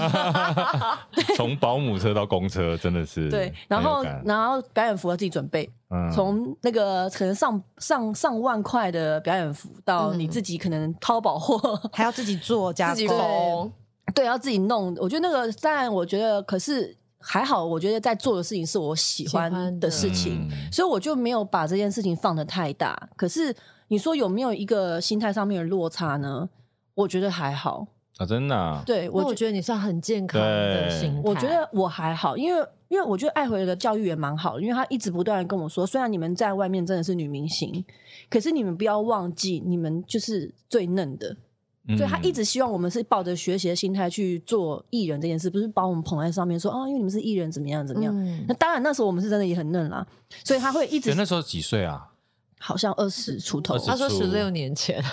[SPEAKER 2] 从保姆车到公车真的是
[SPEAKER 4] 对，然后
[SPEAKER 2] 很有感
[SPEAKER 4] 然后表演服要自己准备，
[SPEAKER 2] 嗯
[SPEAKER 4] 从那个可能上上上万块的表演服到
[SPEAKER 3] 嗯
[SPEAKER 4] 你自己可能淘宝货，
[SPEAKER 5] 还要自己做加
[SPEAKER 3] 自己
[SPEAKER 5] 工
[SPEAKER 3] 缝，
[SPEAKER 4] 对，要自己弄。我觉得那个，当然，我觉得可是还好，我觉得在做的事情是我喜
[SPEAKER 3] 喜欢
[SPEAKER 4] 欢
[SPEAKER 3] 的
[SPEAKER 4] 的事情，
[SPEAKER 2] 嗯
[SPEAKER 4] 所以我就没有把这件事情放得太大。可是你说有没有一个心态上面的落差呢？我觉得还好，
[SPEAKER 2] 啊，真的啊
[SPEAKER 4] 对
[SPEAKER 3] 那
[SPEAKER 4] 我
[SPEAKER 3] 我
[SPEAKER 4] 觉
[SPEAKER 3] 觉得你算很健康的
[SPEAKER 2] 对
[SPEAKER 3] 心态。
[SPEAKER 4] 我觉得我还好，因为因为我觉得爱回的教育也蛮好的，因为他一直不断的跟我说，虽然你们在外面真的是女明星，可是你们不要忘记，你们就是最嫩的，
[SPEAKER 2] 嗯
[SPEAKER 4] 所以他一直希望我们是抱着学习的心态去做艺人这件事，不是把我们捧在上面说啊，因为你们是艺人怎么样怎么样。
[SPEAKER 3] 嗯
[SPEAKER 4] 那当然那时候我们是真的也很嫩啦，所以他会一
[SPEAKER 2] 对
[SPEAKER 4] 直
[SPEAKER 2] 那时候几岁啊？
[SPEAKER 4] 好像二十出头，
[SPEAKER 2] 20
[SPEAKER 3] 他说
[SPEAKER 2] 指出
[SPEAKER 3] 十六年前，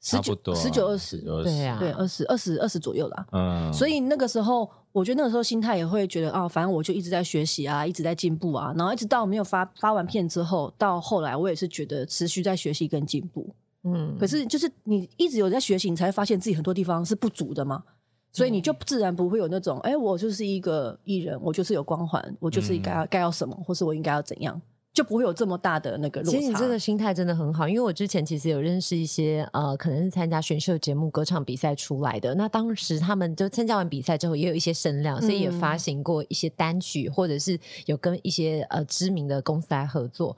[SPEAKER 4] 十
[SPEAKER 2] 差不多啊
[SPEAKER 4] 九十九二十，
[SPEAKER 2] 19
[SPEAKER 3] 对啊呀、
[SPEAKER 4] 对，啊二十二十二十左右啦。
[SPEAKER 2] 嗯，
[SPEAKER 4] 所以那个时候，我觉得那个时候心态也会觉得啊，反正我就一直在学习啊，一直在进步啊，然后一直到没有发发完片之后，到后来我也是觉得持续在学习跟进步。
[SPEAKER 3] 嗯，
[SPEAKER 4] 可是就是你一直有在学习，你才会发现自己很多地方是不足的嘛。所以你就自然不会有那种，
[SPEAKER 3] 嗯
[SPEAKER 4] 哎、我就是一个艺人，我就是有光环，我就是应该要该要什么，或是我应该要怎样。就不会有这么大的那个落差。
[SPEAKER 3] 其实你这个心态真的很好，因为我之前其实有认识一些呃，可能是参加选秀节目、歌唱比赛出来的。那当时他们就参加完比赛之后，也有一些声量，所以也
[SPEAKER 4] 嗯
[SPEAKER 3] 发行过一些单曲，或者是有跟一些呃知名的公司来合作。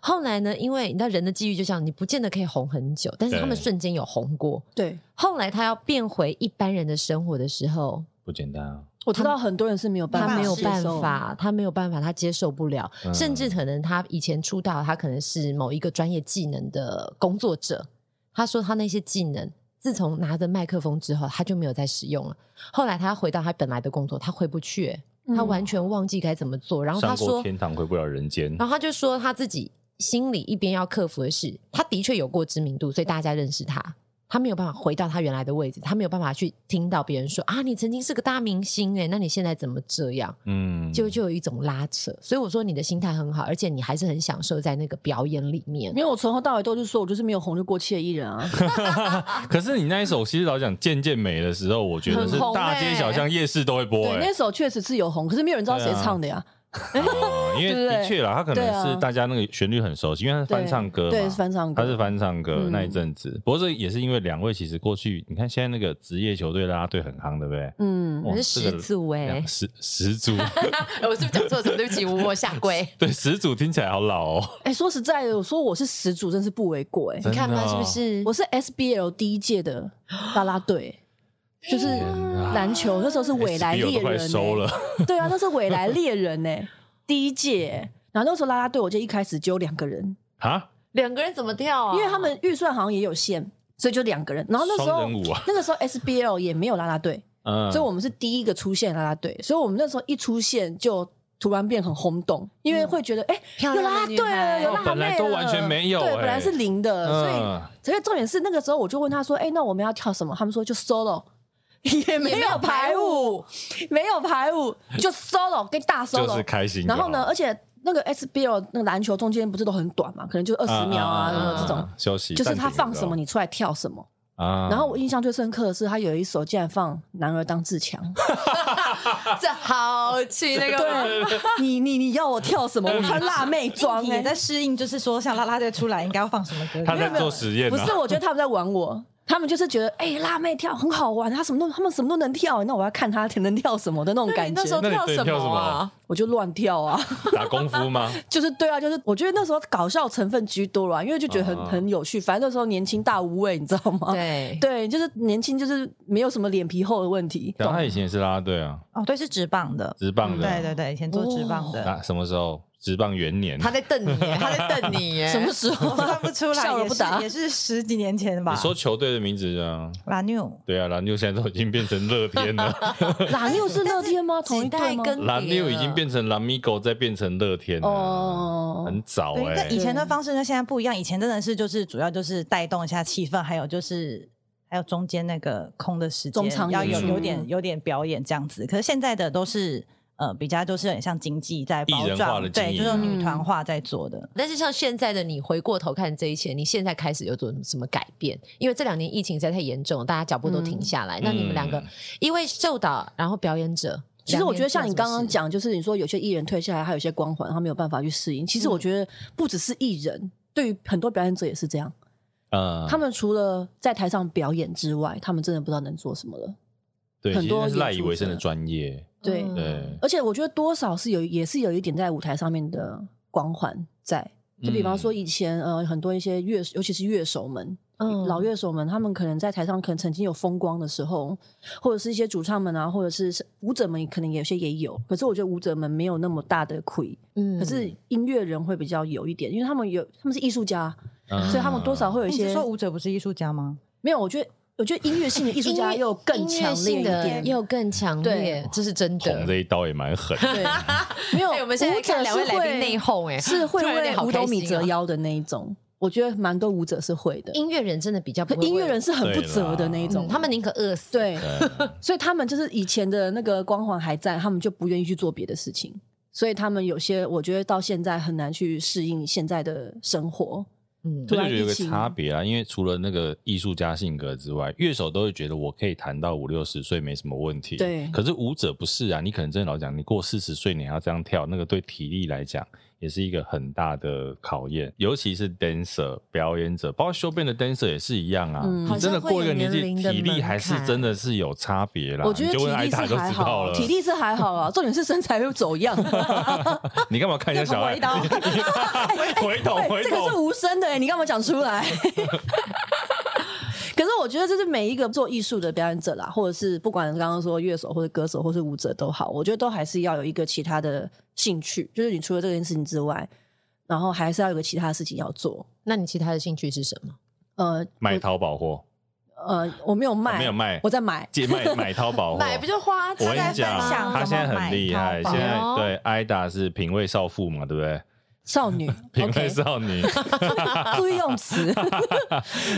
[SPEAKER 3] 后来呢，因为你知道人的际遇就像你不见得可以红很久，但是他们
[SPEAKER 2] 对
[SPEAKER 3] 瞬间有红过。
[SPEAKER 4] 对，
[SPEAKER 3] 后来他要变回一般人的生活的时候，
[SPEAKER 2] 不简单啊。
[SPEAKER 4] 我知道很多人是没有办法，
[SPEAKER 3] 他没有
[SPEAKER 5] 接
[SPEAKER 3] 办，法，他没有办法，他接受不了，
[SPEAKER 2] 嗯
[SPEAKER 3] 甚至可能他以前出道，他可能是某一个专业技能的工作者。他说他那些技能，自从拿着麦克风之后，他就没有再使用了。后来他回到他本来的工作，他回不去、欸他
[SPEAKER 4] 嗯
[SPEAKER 3] 完全忘记该怎么做。然后他
[SPEAKER 2] 上过
[SPEAKER 3] 说，
[SPEAKER 2] 天堂回不了人间，
[SPEAKER 4] 啊
[SPEAKER 3] 然后他就说他自己心里一边要克服的是，他的确有过知名度，所以大家认识他。他没有办法回到他原来的位置，他没有办法去听到别人说啊，你曾经是个大明星哎、那你现在怎么这样？
[SPEAKER 2] 嗯，
[SPEAKER 3] 就就有一种拉扯。所以我说你的心态很好，而且你还是很享受在那个表演里面
[SPEAKER 4] 因。为我从头到尾都是说我就是没有红就过气的艺人啊。
[SPEAKER 2] 可是你那一首，其实老实讲《渐渐美》的时候，我觉得是
[SPEAKER 3] 很红
[SPEAKER 2] 大街小巷、夜市都会播、
[SPEAKER 4] 欸对，那
[SPEAKER 2] 欸，
[SPEAKER 4] 首确实是有红，可是没有人知道谁
[SPEAKER 2] 对啊
[SPEAKER 4] 唱的呀。
[SPEAKER 2] 啊因为
[SPEAKER 4] 对不对
[SPEAKER 2] 的确啦，它可
[SPEAKER 4] 对啊
[SPEAKER 2] 能是大家那个旋律很熟悉，因为它是翻唱歌嘛，
[SPEAKER 4] 对，是翻唱歌，
[SPEAKER 2] 他是翻唱歌
[SPEAKER 4] 嗯
[SPEAKER 2] 那一阵子，不过这也是因为两位其实过去，你看现在那个职业球队啦啦队很夯，对不对？
[SPEAKER 4] 嗯，
[SPEAKER 3] 我
[SPEAKER 2] 哇这
[SPEAKER 3] 是始
[SPEAKER 2] 个
[SPEAKER 3] 祖
[SPEAKER 4] 欸
[SPEAKER 3] 哎、
[SPEAKER 2] 两十十组，
[SPEAKER 3] 哎我是不是讲错了什么？对不起，我我下跪。
[SPEAKER 2] 对，十组听起来好老哦。
[SPEAKER 4] 哎，说实在的，我说我是始祖，真是不为过哎。
[SPEAKER 2] 真
[SPEAKER 3] 你看
[SPEAKER 2] 的
[SPEAKER 3] 吧，
[SPEAKER 2] 哦
[SPEAKER 3] 是不是？
[SPEAKER 4] 我是 SBL 第一届的啦啦队，
[SPEAKER 2] 啊
[SPEAKER 4] 就是篮球，那时候是 未来
[SPEAKER 2] SBL
[SPEAKER 4] 猎
[SPEAKER 2] 都快
[SPEAKER 4] 人、哎欸
[SPEAKER 2] 收了，
[SPEAKER 4] 对啊，那是未来猎人呢、 第一届欸、然后那时候啦啦队，我记得一开始只有两个人，
[SPEAKER 2] 啊，
[SPEAKER 3] 两个人怎么跳啊？
[SPEAKER 4] 因为他们预算好像也有限，所以就两个人。然后那时
[SPEAKER 2] 双
[SPEAKER 4] 候
[SPEAKER 2] 人舞啊，
[SPEAKER 4] 那个时候 SBL 也没有啦啦队，
[SPEAKER 2] 嗯，
[SPEAKER 4] 所以我们是第一个出现的啦啦队，所以我们那时候一出现就突然变很轰动，因为会觉得哎、
[SPEAKER 3] 漂
[SPEAKER 4] 有
[SPEAKER 3] 亮的
[SPEAKER 4] 啦啦
[SPEAKER 3] 女
[SPEAKER 4] 队
[SPEAKER 3] 孩
[SPEAKER 4] 了，有啦啦
[SPEAKER 2] 哦本来
[SPEAKER 4] 妹
[SPEAKER 2] 都
[SPEAKER 4] 了
[SPEAKER 2] 完全没有
[SPEAKER 4] 对，
[SPEAKER 2] 欸
[SPEAKER 4] 本来是零的，所以
[SPEAKER 2] 嗯
[SPEAKER 4] 所以重点是那个时候我就问他说：“哎、那我们要跳什么？”他们说就 solo，也没有排舞，没有排舞，就 solo 跟大 solo，
[SPEAKER 2] 就是开心就
[SPEAKER 4] 然
[SPEAKER 2] 好。
[SPEAKER 4] 后呢，而且那个 SBL 那个篮球中间不是都很短嘛，可能就二
[SPEAKER 2] 嗯，
[SPEAKER 4] 十秒啊，
[SPEAKER 2] 嗯
[SPEAKER 4] 然后这
[SPEAKER 2] 嗯
[SPEAKER 4] 种
[SPEAKER 2] 嗯。休息，
[SPEAKER 4] 就是
[SPEAKER 2] 暂停
[SPEAKER 4] 他放什么，
[SPEAKER 2] 你
[SPEAKER 4] 你出来跳什么。
[SPEAKER 2] 知道啊
[SPEAKER 4] 然后我印象最深刻的是，他有一首竟然放《男儿当自强
[SPEAKER 3] 这 好气 那》。个。
[SPEAKER 4] 对，你你你要我跳什么？我穿辣
[SPEAKER 2] 嗯
[SPEAKER 4] 妹装
[SPEAKER 5] 你
[SPEAKER 4] 哎
[SPEAKER 5] 也、在适应，就是说像啦啦队出来应该要放什么歌？
[SPEAKER 2] 他
[SPEAKER 5] 没有
[SPEAKER 2] 在
[SPEAKER 5] 没有
[SPEAKER 2] 做实验
[SPEAKER 4] 不
[SPEAKER 2] 啊，
[SPEAKER 4] 是，我觉得他们在玩我，他们就是觉得哎、辣妹跳很好玩，他什么都他们什么都能跳，欸那我要看他能跳什么的那种
[SPEAKER 3] 那你
[SPEAKER 4] 感
[SPEAKER 3] 那时候
[SPEAKER 2] 那
[SPEAKER 4] 觉，
[SPEAKER 2] 你
[SPEAKER 3] 跳
[SPEAKER 2] 对
[SPEAKER 3] 什
[SPEAKER 2] 跳什
[SPEAKER 3] 么啊
[SPEAKER 2] 么？
[SPEAKER 4] 我就乱跳啊，
[SPEAKER 2] 打功夫吗？
[SPEAKER 4] 就是对啊，就是我觉得那时候搞笑成分居多啦，因为就觉得很、
[SPEAKER 2] 哦
[SPEAKER 4] 很有趣，反正那时候年轻大无畏，你知道吗？
[SPEAKER 3] 哦对，
[SPEAKER 4] 对，就是年轻，就是没有什么脸皮厚的问题，
[SPEAKER 2] 然后
[SPEAKER 4] 懂
[SPEAKER 2] 他以前也是啦啦队啊，
[SPEAKER 5] 哦，对，是直棒的，
[SPEAKER 2] 直棒的，
[SPEAKER 4] 嗯
[SPEAKER 5] 对对对，以前做直棒
[SPEAKER 4] 哦
[SPEAKER 5] 的，
[SPEAKER 2] 那什么时候？直棒元年，
[SPEAKER 3] 他在瞪你耶，他在瞪你 耶。
[SPEAKER 4] 什么时
[SPEAKER 5] 我
[SPEAKER 4] 候？啊
[SPEAKER 5] 算不出来，
[SPEAKER 4] 笑而
[SPEAKER 5] 也
[SPEAKER 4] 不
[SPEAKER 5] 是
[SPEAKER 4] 答
[SPEAKER 5] 也是十几年前吧
[SPEAKER 2] 你。说球队的名字啊？
[SPEAKER 5] 拉纽，
[SPEAKER 2] 对啊，蓝妞现在都已经变成乐天 了，
[SPEAKER 4] 哪又是乐天吗？同
[SPEAKER 3] 几
[SPEAKER 4] 一
[SPEAKER 3] 代
[SPEAKER 4] 队吗？
[SPEAKER 3] 更迭
[SPEAKER 2] 蓝妞已经
[SPEAKER 3] 了
[SPEAKER 2] 变成蓝米狗，再变成乐天了，
[SPEAKER 4] 哦
[SPEAKER 2] 很早
[SPEAKER 5] 对，
[SPEAKER 2] 哎、
[SPEAKER 5] 但以前的方式跟现在不一样，以前真的是就是主要就是带动一下气氛，还有就是。还有中间那个空的时
[SPEAKER 4] 中
[SPEAKER 5] 间，
[SPEAKER 4] 场
[SPEAKER 5] 要有
[SPEAKER 2] 演出
[SPEAKER 5] 有点有点表演这样子。可是现在的都是呃比较就是很像经济在包
[SPEAKER 2] 艺人化
[SPEAKER 5] 装
[SPEAKER 2] 的，经
[SPEAKER 5] 对，
[SPEAKER 2] 营
[SPEAKER 5] 就是
[SPEAKER 4] 嗯
[SPEAKER 5] 女团化在做的。
[SPEAKER 3] 但是像现在的你，回过头看这一切，你现在开始有做什么改变？因为这两年疫情实在太严重了，大家脚步都停下来。那你们两个，
[SPEAKER 2] 嗯
[SPEAKER 3] 因为受导，然后表演者，
[SPEAKER 4] 其实我觉得像
[SPEAKER 3] 两
[SPEAKER 4] 你
[SPEAKER 3] 年做
[SPEAKER 4] 刚
[SPEAKER 3] 了什么
[SPEAKER 4] 刚
[SPEAKER 3] 事，
[SPEAKER 4] 讲，就是你说有些艺人退下来，还有一些光环，他没有办法去适应。其实我
[SPEAKER 3] 嗯
[SPEAKER 4] 觉得不只是艺人，对于很多表演者也是这样。
[SPEAKER 2] 嗯
[SPEAKER 4] 他们除了在台上表演之外，他们真的不知道能做什么了。
[SPEAKER 2] 对，
[SPEAKER 4] 很
[SPEAKER 2] 其实那
[SPEAKER 4] 多
[SPEAKER 2] 是赖
[SPEAKER 4] 演
[SPEAKER 2] 以
[SPEAKER 4] 出
[SPEAKER 2] 为生
[SPEAKER 4] 者
[SPEAKER 2] 的专业，
[SPEAKER 4] 对
[SPEAKER 3] 嗯
[SPEAKER 2] 对，
[SPEAKER 4] 而且我觉得多少是有，也是有一点在舞台上面的光环在。就比方说以前、呃，很多一些乐，尤其是乐手们，
[SPEAKER 3] 嗯
[SPEAKER 4] 老乐手们，他们可能在台上可能曾经有风光的时候，或者是一些主唱们啊，或者是舞者们，可能有些也有。可是我觉得舞者们没有那么大的亏，
[SPEAKER 3] 嗯
[SPEAKER 4] 可是音乐人会比较有一点，因为他们有他们是艺术家，
[SPEAKER 2] 嗯
[SPEAKER 4] 所以他们多少
[SPEAKER 3] 哦
[SPEAKER 4] 会有一
[SPEAKER 5] 你
[SPEAKER 4] 些
[SPEAKER 5] 是说舞者不是艺术家吗？
[SPEAKER 4] 没有。我觉得我觉得音乐性的艺术
[SPEAKER 3] 音
[SPEAKER 4] 家
[SPEAKER 3] 乐
[SPEAKER 4] 又更
[SPEAKER 3] 音乐
[SPEAKER 4] 强烈
[SPEAKER 3] 性
[SPEAKER 4] 一
[SPEAKER 3] 的
[SPEAKER 4] 点，
[SPEAKER 3] 又更强烈
[SPEAKER 4] 对，
[SPEAKER 3] 这是真的。
[SPEAKER 2] 嗯捅这一刀也蛮狠
[SPEAKER 4] 对，没有。
[SPEAKER 3] 哎我们现在
[SPEAKER 4] 舞者
[SPEAKER 3] 看两位
[SPEAKER 4] 是会
[SPEAKER 3] 来宾内讧哎
[SPEAKER 4] 是会
[SPEAKER 3] 突然有
[SPEAKER 4] 为
[SPEAKER 3] 点好
[SPEAKER 4] 五
[SPEAKER 3] 开
[SPEAKER 4] 斗米
[SPEAKER 3] 心
[SPEAKER 4] 折
[SPEAKER 3] 哦
[SPEAKER 4] 腰的那一种。我觉得蛮多舞者是会的，
[SPEAKER 3] 音乐人真的比较不
[SPEAKER 4] 可
[SPEAKER 3] 会为，
[SPEAKER 4] 音乐人是很不
[SPEAKER 2] 对
[SPEAKER 4] 折的
[SPEAKER 2] 啦
[SPEAKER 4] 那一
[SPEAKER 3] 嗯
[SPEAKER 4] 种，
[SPEAKER 3] 他们宁可饿死。
[SPEAKER 4] 对，
[SPEAKER 2] 对
[SPEAKER 4] 所以他们就是以前的那个光环还在，他们就不愿意去做别的事情，所以他们有些我觉得到现在很难去适应现在的生活。
[SPEAKER 3] 嗯
[SPEAKER 2] 这就觉
[SPEAKER 4] 对突然
[SPEAKER 2] 得有
[SPEAKER 4] 疫
[SPEAKER 2] 个
[SPEAKER 4] 情
[SPEAKER 2] 差别啊，因为除了那个艺术家性格之外，乐手都会觉得我可以弹到五六十岁没什么问题。
[SPEAKER 4] 对
[SPEAKER 2] 可是舞者不是啊，你可能真的老讲，你过四十岁你还要这样跳，那个对体力来讲也是一个很大的考验，尤其是 dancer 表演者，包括修变的 dancer 也是一样啊。
[SPEAKER 4] 嗯
[SPEAKER 2] 你真的过一个年
[SPEAKER 3] 好像会
[SPEAKER 2] 纪，
[SPEAKER 3] 有年龄的
[SPEAKER 2] 体力还是
[SPEAKER 3] 门槛
[SPEAKER 2] 真的是有差别啦。
[SPEAKER 4] 我觉
[SPEAKER 2] 你
[SPEAKER 4] 得
[SPEAKER 2] 就
[SPEAKER 4] 体
[SPEAKER 2] 问艾
[SPEAKER 4] 力
[SPEAKER 2] 塔
[SPEAKER 4] 是
[SPEAKER 2] 就
[SPEAKER 4] 还
[SPEAKER 2] 知道
[SPEAKER 4] 好，
[SPEAKER 2] 了。
[SPEAKER 4] 体力是还 好啊，重点是身材又走样。
[SPEAKER 2] 你干嘛看 人家小孩？
[SPEAKER 5] 回到
[SPEAKER 2] 回头
[SPEAKER 4] 哎
[SPEAKER 2] 回
[SPEAKER 4] 这个是
[SPEAKER 2] 头，
[SPEAKER 4] 无声的、哎，你干嘛讲出来？ 可是我觉得这是每一个做艺术的表演者啦，或者是不管刚刚说乐手或者歌手或是舞者都好，我觉得都还是要有一个其他的兴趣，就是你除了这件事情之外，然后还是要有个其他的事情要做。
[SPEAKER 3] 那你其他的兴趣是什么？
[SPEAKER 4] 呃
[SPEAKER 2] 买淘宝货，
[SPEAKER 4] 呃，我没有卖，
[SPEAKER 2] 我没有卖哦
[SPEAKER 4] 我在买。
[SPEAKER 2] 借卖买淘宝货，
[SPEAKER 3] 就花
[SPEAKER 2] 我跟
[SPEAKER 5] 在
[SPEAKER 2] 你
[SPEAKER 5] 分
[SPEAKER 2] 讲，
[SPEAKER 5] 享
[SPEAKER 2] 他
[SPEAKER 5] 怎
[SPEAKER 2] 现在
[SPEAKER 5] 么
[SPEAKER 2] 很
[SPEAKER 5] 买
[SPEAKER 2] 厉
[SPEAKER 5] 淘
[SPEAKER 2] 害，
[SPEAKER 5] 宝
[SPEAKER 2] 现在
[SPEAKER 3] 哦
[SPEAKER 2] 对艾达是品味少妇嘛，对不对？
[SPEAKER 4] 少女
[SPEAKER 2] 品味
[SPEAKER 4] ，OK，
[SPEAKER 2] 少女，
[SPEAKER 4] 注意用词。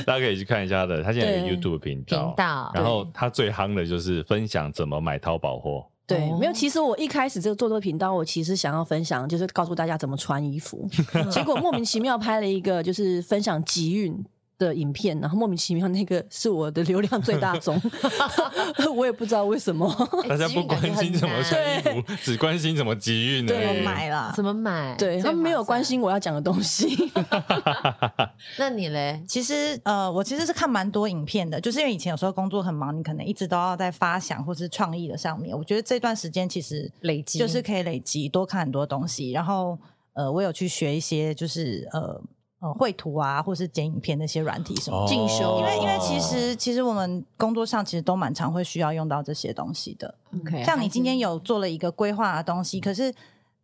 [SPEAKER 2] 大家可以去看一下她的，他现在有
[SPEAKER 4] 对
[SPEAKER 2] YouTube 频
[SPEAKER 3] 频
[SPEAKER 2] 道，
[SPEAKER 3] 道？
[SPEAKER 2] 然后他最夯的就是分享怎么买淘宝货。
[SPEAKER 4] 对，
[SPEAKER 3] 哦
[SPEAKER 4] 没有。其实我一开始这个做这个频道，我其实想要分享，就是告诉大家怎么穿衣 服。结果莫名其妙拍了一个就是分享集运的影片，然后莫名其妙那个是我的流量最大 宗，我也不知道为什么。
[SPEAKER 3] 哎
[SPEAKER 2] 大家不关心怎么，
[SPEAKER 3] 集 运感觉很难
[SPEAKER 2] 穿衣服，只关心怎么集运
[SPEAKER 5] 我
[SPEAKER 2] 而已。
[SPEAKER 5] 买了，
[SPEAKER 3] 怎么买？
[SPEAKER 4] 对他们没有关心我要讲的东西。
[SPEAKER 3] 那你嘞？
[SPEAKER 5] 其实呃，我其实是看蛮多影片的，就是因为以前有时候工作很忙，你可能一直都要在发想或是创意的上面。我觉得这段时间其实
[SPEAKER 3] 累积
[SPEAKER 5] 就是可以累积多看很多东西。然后呃，我有去学一些就是呃呃绘图啊，或是剪影片那些软体什么的。
[SPEAKER 2] 哦
[SPEAKER 4] 进修
[SPEAKER 5] 因为因为其实其实我们工作上其实都蛮常会需要用到这些东西的。
[SPEAKER 3] OK，
[SPEAKER 5] 像你
[SPEAKER 3] 还是
[SPEAKER 5] 今天有做了一个规划的东西，可是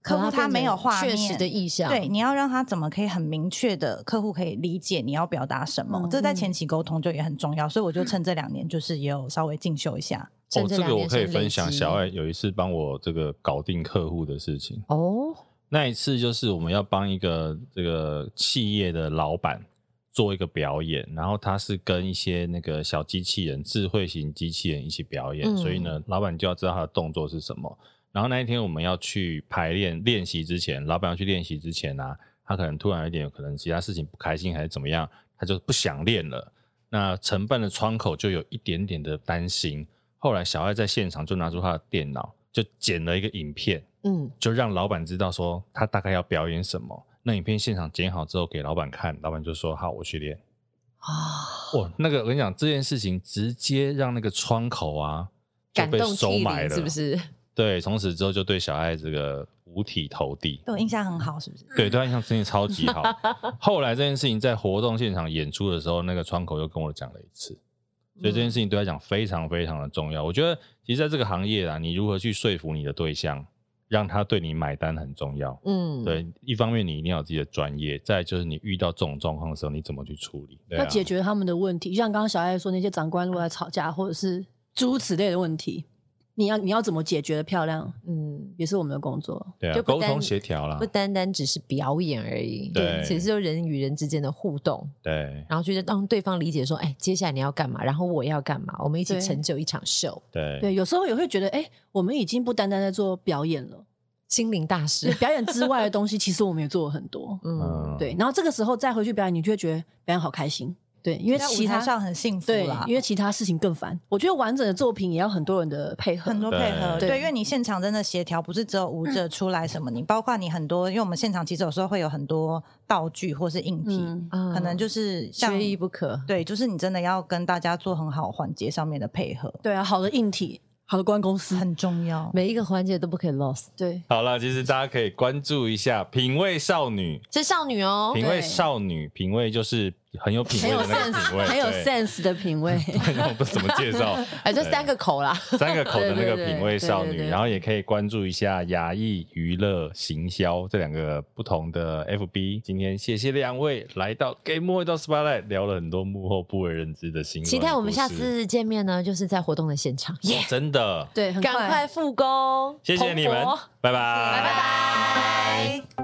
[SPEAKER 5] 客
[SPEAKER 3] 可
[SPEAKER 5] 户
[SPEAKER 3] 能
[SPEAKER 5] 他没有画
[SPEAKER 3] 变成
[SPEAKER 5] 面，
[SPEAKER 3] 确实的意向，
[SPEAKER 2] 哦
[SPEAKER 5] 对，你要让他怎么可以很明确的客户可以理解你要表达什么，
[SPEAKER 4] 嗯
[SPEAKER 5] 这在前期沟通就也很重要，所以我就趁这两年就是也有稍微进修一下。
[SPEAKER 2] 哦
[SPEAKER 3] 趁，
[SPEAKER 2] 这个
[SPEAKER 3] 两
[SPEAKER 2] 我
[SPEAKER 3] 年
[SPEAKER 2] 可以
[SPEAKER 3] 先累
[SPEAKER 2] 分享。
[SPEAKER 3] 积
[SPEAKER 2] 小艾有一次帮我这个搞定客户的事情，
[SPEAKER 3] 哦，
[SPEAKER 2] 那一次就是我们要帮一个这个企业的老板做一个表演，然后他是跟一些那个小机器人、智慧型机器人一起表演，
[SPEAKER 3] 嗯
[SPEAKER 2] 所以呢，老板就要知道他的动作是什么。然后那一天我们要去排练练习之前，老板要去练习之前啊，他可能突然有一点可能其他事情不开心还是怎么样，他就不想练了。那承办的窗口就有一点点的担心。后来小艾在现场就拿出他的电脑，就剪了一个影片，
[SPEAKER 3] 嗯，
[SPEAKER 2] 就让老板知道说他大概要表演什么。那影片现场剪好之后给老板看，老板就说好，我去练。
[SPEAKER 3] 啊，
[SPEAKER 2] 哇，那个我跟你讲，这件事情直接让那个窗口啊就
[SPEAKER 3] 感
[SPEAKER 2] 被
[SPEAKER 3] 动
[SPEAKER 2] 收
[SPEAKER 3] 涕
[SPEAKER 2] 买
[SPEAKER 3] 零
[SPEAKER 2] 了，
[SPEAKER 3] 是不？是？
[SPEAKER 2] 对，从此之后就对小爱这个五体投 地。
[SPEAKER 5] 对我印象很好，是不是？
[SPEAKER 2] 对，对他印象真的超级好。后来这件事情在活动现场演出的时候，那个窗口又跟我讲了一次，所以这件事情对他讲非常非常的重要。我觉得其实在这个行业啊，你如何去说服你的对象，让他对你买单很重要。
[SPEAKER 3] 嗯，。
[SPEAKER 2] 对，一方面你一定要有自己的专业，再来就是你遇到这种状况的时候，你怎么去处理？对、啊，
[SPEAKER 4] 要解决他们的问题，就像刚刚小爱说那些长官如果来吵架，或者是诸如此类的问题，你要你要怎么解决的漂亮，
[SPEAKER 3] 嗯，
[SPEAKER 4] 也是我们的工作。
[SPEAKER 2] 对啊，
[SPEAKER 3] 就不
[SPEAKER 2] 沟
[SPEAKER 3] 单
[SPEAKER 2] 通协调啦
[SPEAKER 3] 不，单单只是表演而已，
[SPEAKER 2] 对
[SPEAKER 3] 其实就人与人之间的互动，
[SPEAKER 2] 对
[SPEAKER 3] 然后去让对方理解说，哎，接下来你要干嘛，然后我要干嘛，我们一起
[SPEAKER 4] 对
[SPEAKER 3] 成就一场秀，
[SPEAKER 2] 对
[SPEAKER 4] 对，有时候也会觉得，哎、我们已经不单单在做表演了，
[SPEAKER 3] 心灵大
[SPEAKER 4] 对
[SPEAKER 3] 师，
[SPEAKER 4] 表演之外的东西，其实我们也做了很多。
[SPEAKER 3] 嗯，
[SPEAKER 2] 嗯，
[SPEAKER 4] 对，然后这个时候再回去表演，你就会觉得表演好开心。对，因为
[SPEAKER 5] 在
[SPEAKER 4] 其
[SPEAKER 5] 舞
[SPEAKER 4] 他
[SPEAKER 5] 台上很幸福
[SPEAKER 4] 对
[SPEAKER 5] 啦，，
[SPEAKER 4] 因为其他事情更烦。我觉得完整的作品也要很多人的配合，
[SPEAKER 5] 很多配合，
[SPEAKER 4] 对
[SPEAKER 5] 对，因为你现场真的协调，不是只有舞
[SPEAKER 4] 嗯
[SPEAKER 5] 者出来什么，你包括你很多，因为我们现场其实有时候会有很多道具或是硬体，
[SPEAKER 4] 嗯，
[SPEAKER 3] 可
[SPEAKER 5] 可能就是像
[SPEAKER 3] 啊缺一不可，
[SPEAKER 5] 对，就是你真的要跟大家做很好环节上面的配合，
[SPEAKER 4] 对啊，好的硬体，好的公关公司，
[SPEAKER 5] 很重要。
[SPEAKER 3] 每一个环节都不可以 lost，
[SPEAKER 4] 对，
[SPEAKER 2] 好了，其实大家可以关注一下品味少女，
[SPEAKER 3] 是少女哦，
[SPEAKER 2] 品味
[SPEAKER 4] 对
[SPEAKER 2] 少女，品味就是很有品
[SPEAKER 4] 很
[SPEAKER 2] 味
[SPEAKER 4] 有
[SPEAKER 2] 的那个
[SPEAKER 4] sense，
[SPEAKER 2] 品味，
[SPEAKER 4] 很有
[SPEAKER 2] 对
[SPEAKER 4] sense 的品味。
[SPEAKER 2] 我不知道怎么介 绍，
[SPEAKER 3] 哎，就三个口啦，
[SPEAKER 2] 三个口的那个品味少
[SPEAKER 4] 对对对对对
[SPEAKER 2] 女，
[SPEAKER 4] 对
[SPEAKER 2] 然后也可以关注一下雅艺娱乐行销这两个不同的 FB。今天谢谢两位来到 Game Boy 到 Spotlight，聊了很多幕后不为人知的新闻。哦
[SPEAKER 3] 期待我们下次见面呢，就是在活动的现场，耶，
[SPEAKER 2] 真的，
[SPEAKER 4] 对，很
[SPEAKER 3] 赶快复工，
[SPEAKER 2] 谢谢你们
[SPEAKER 3] 蓬勃，
[SPEAKER 2] 拜拜，拜
[SPEAKER 3] 拜拜。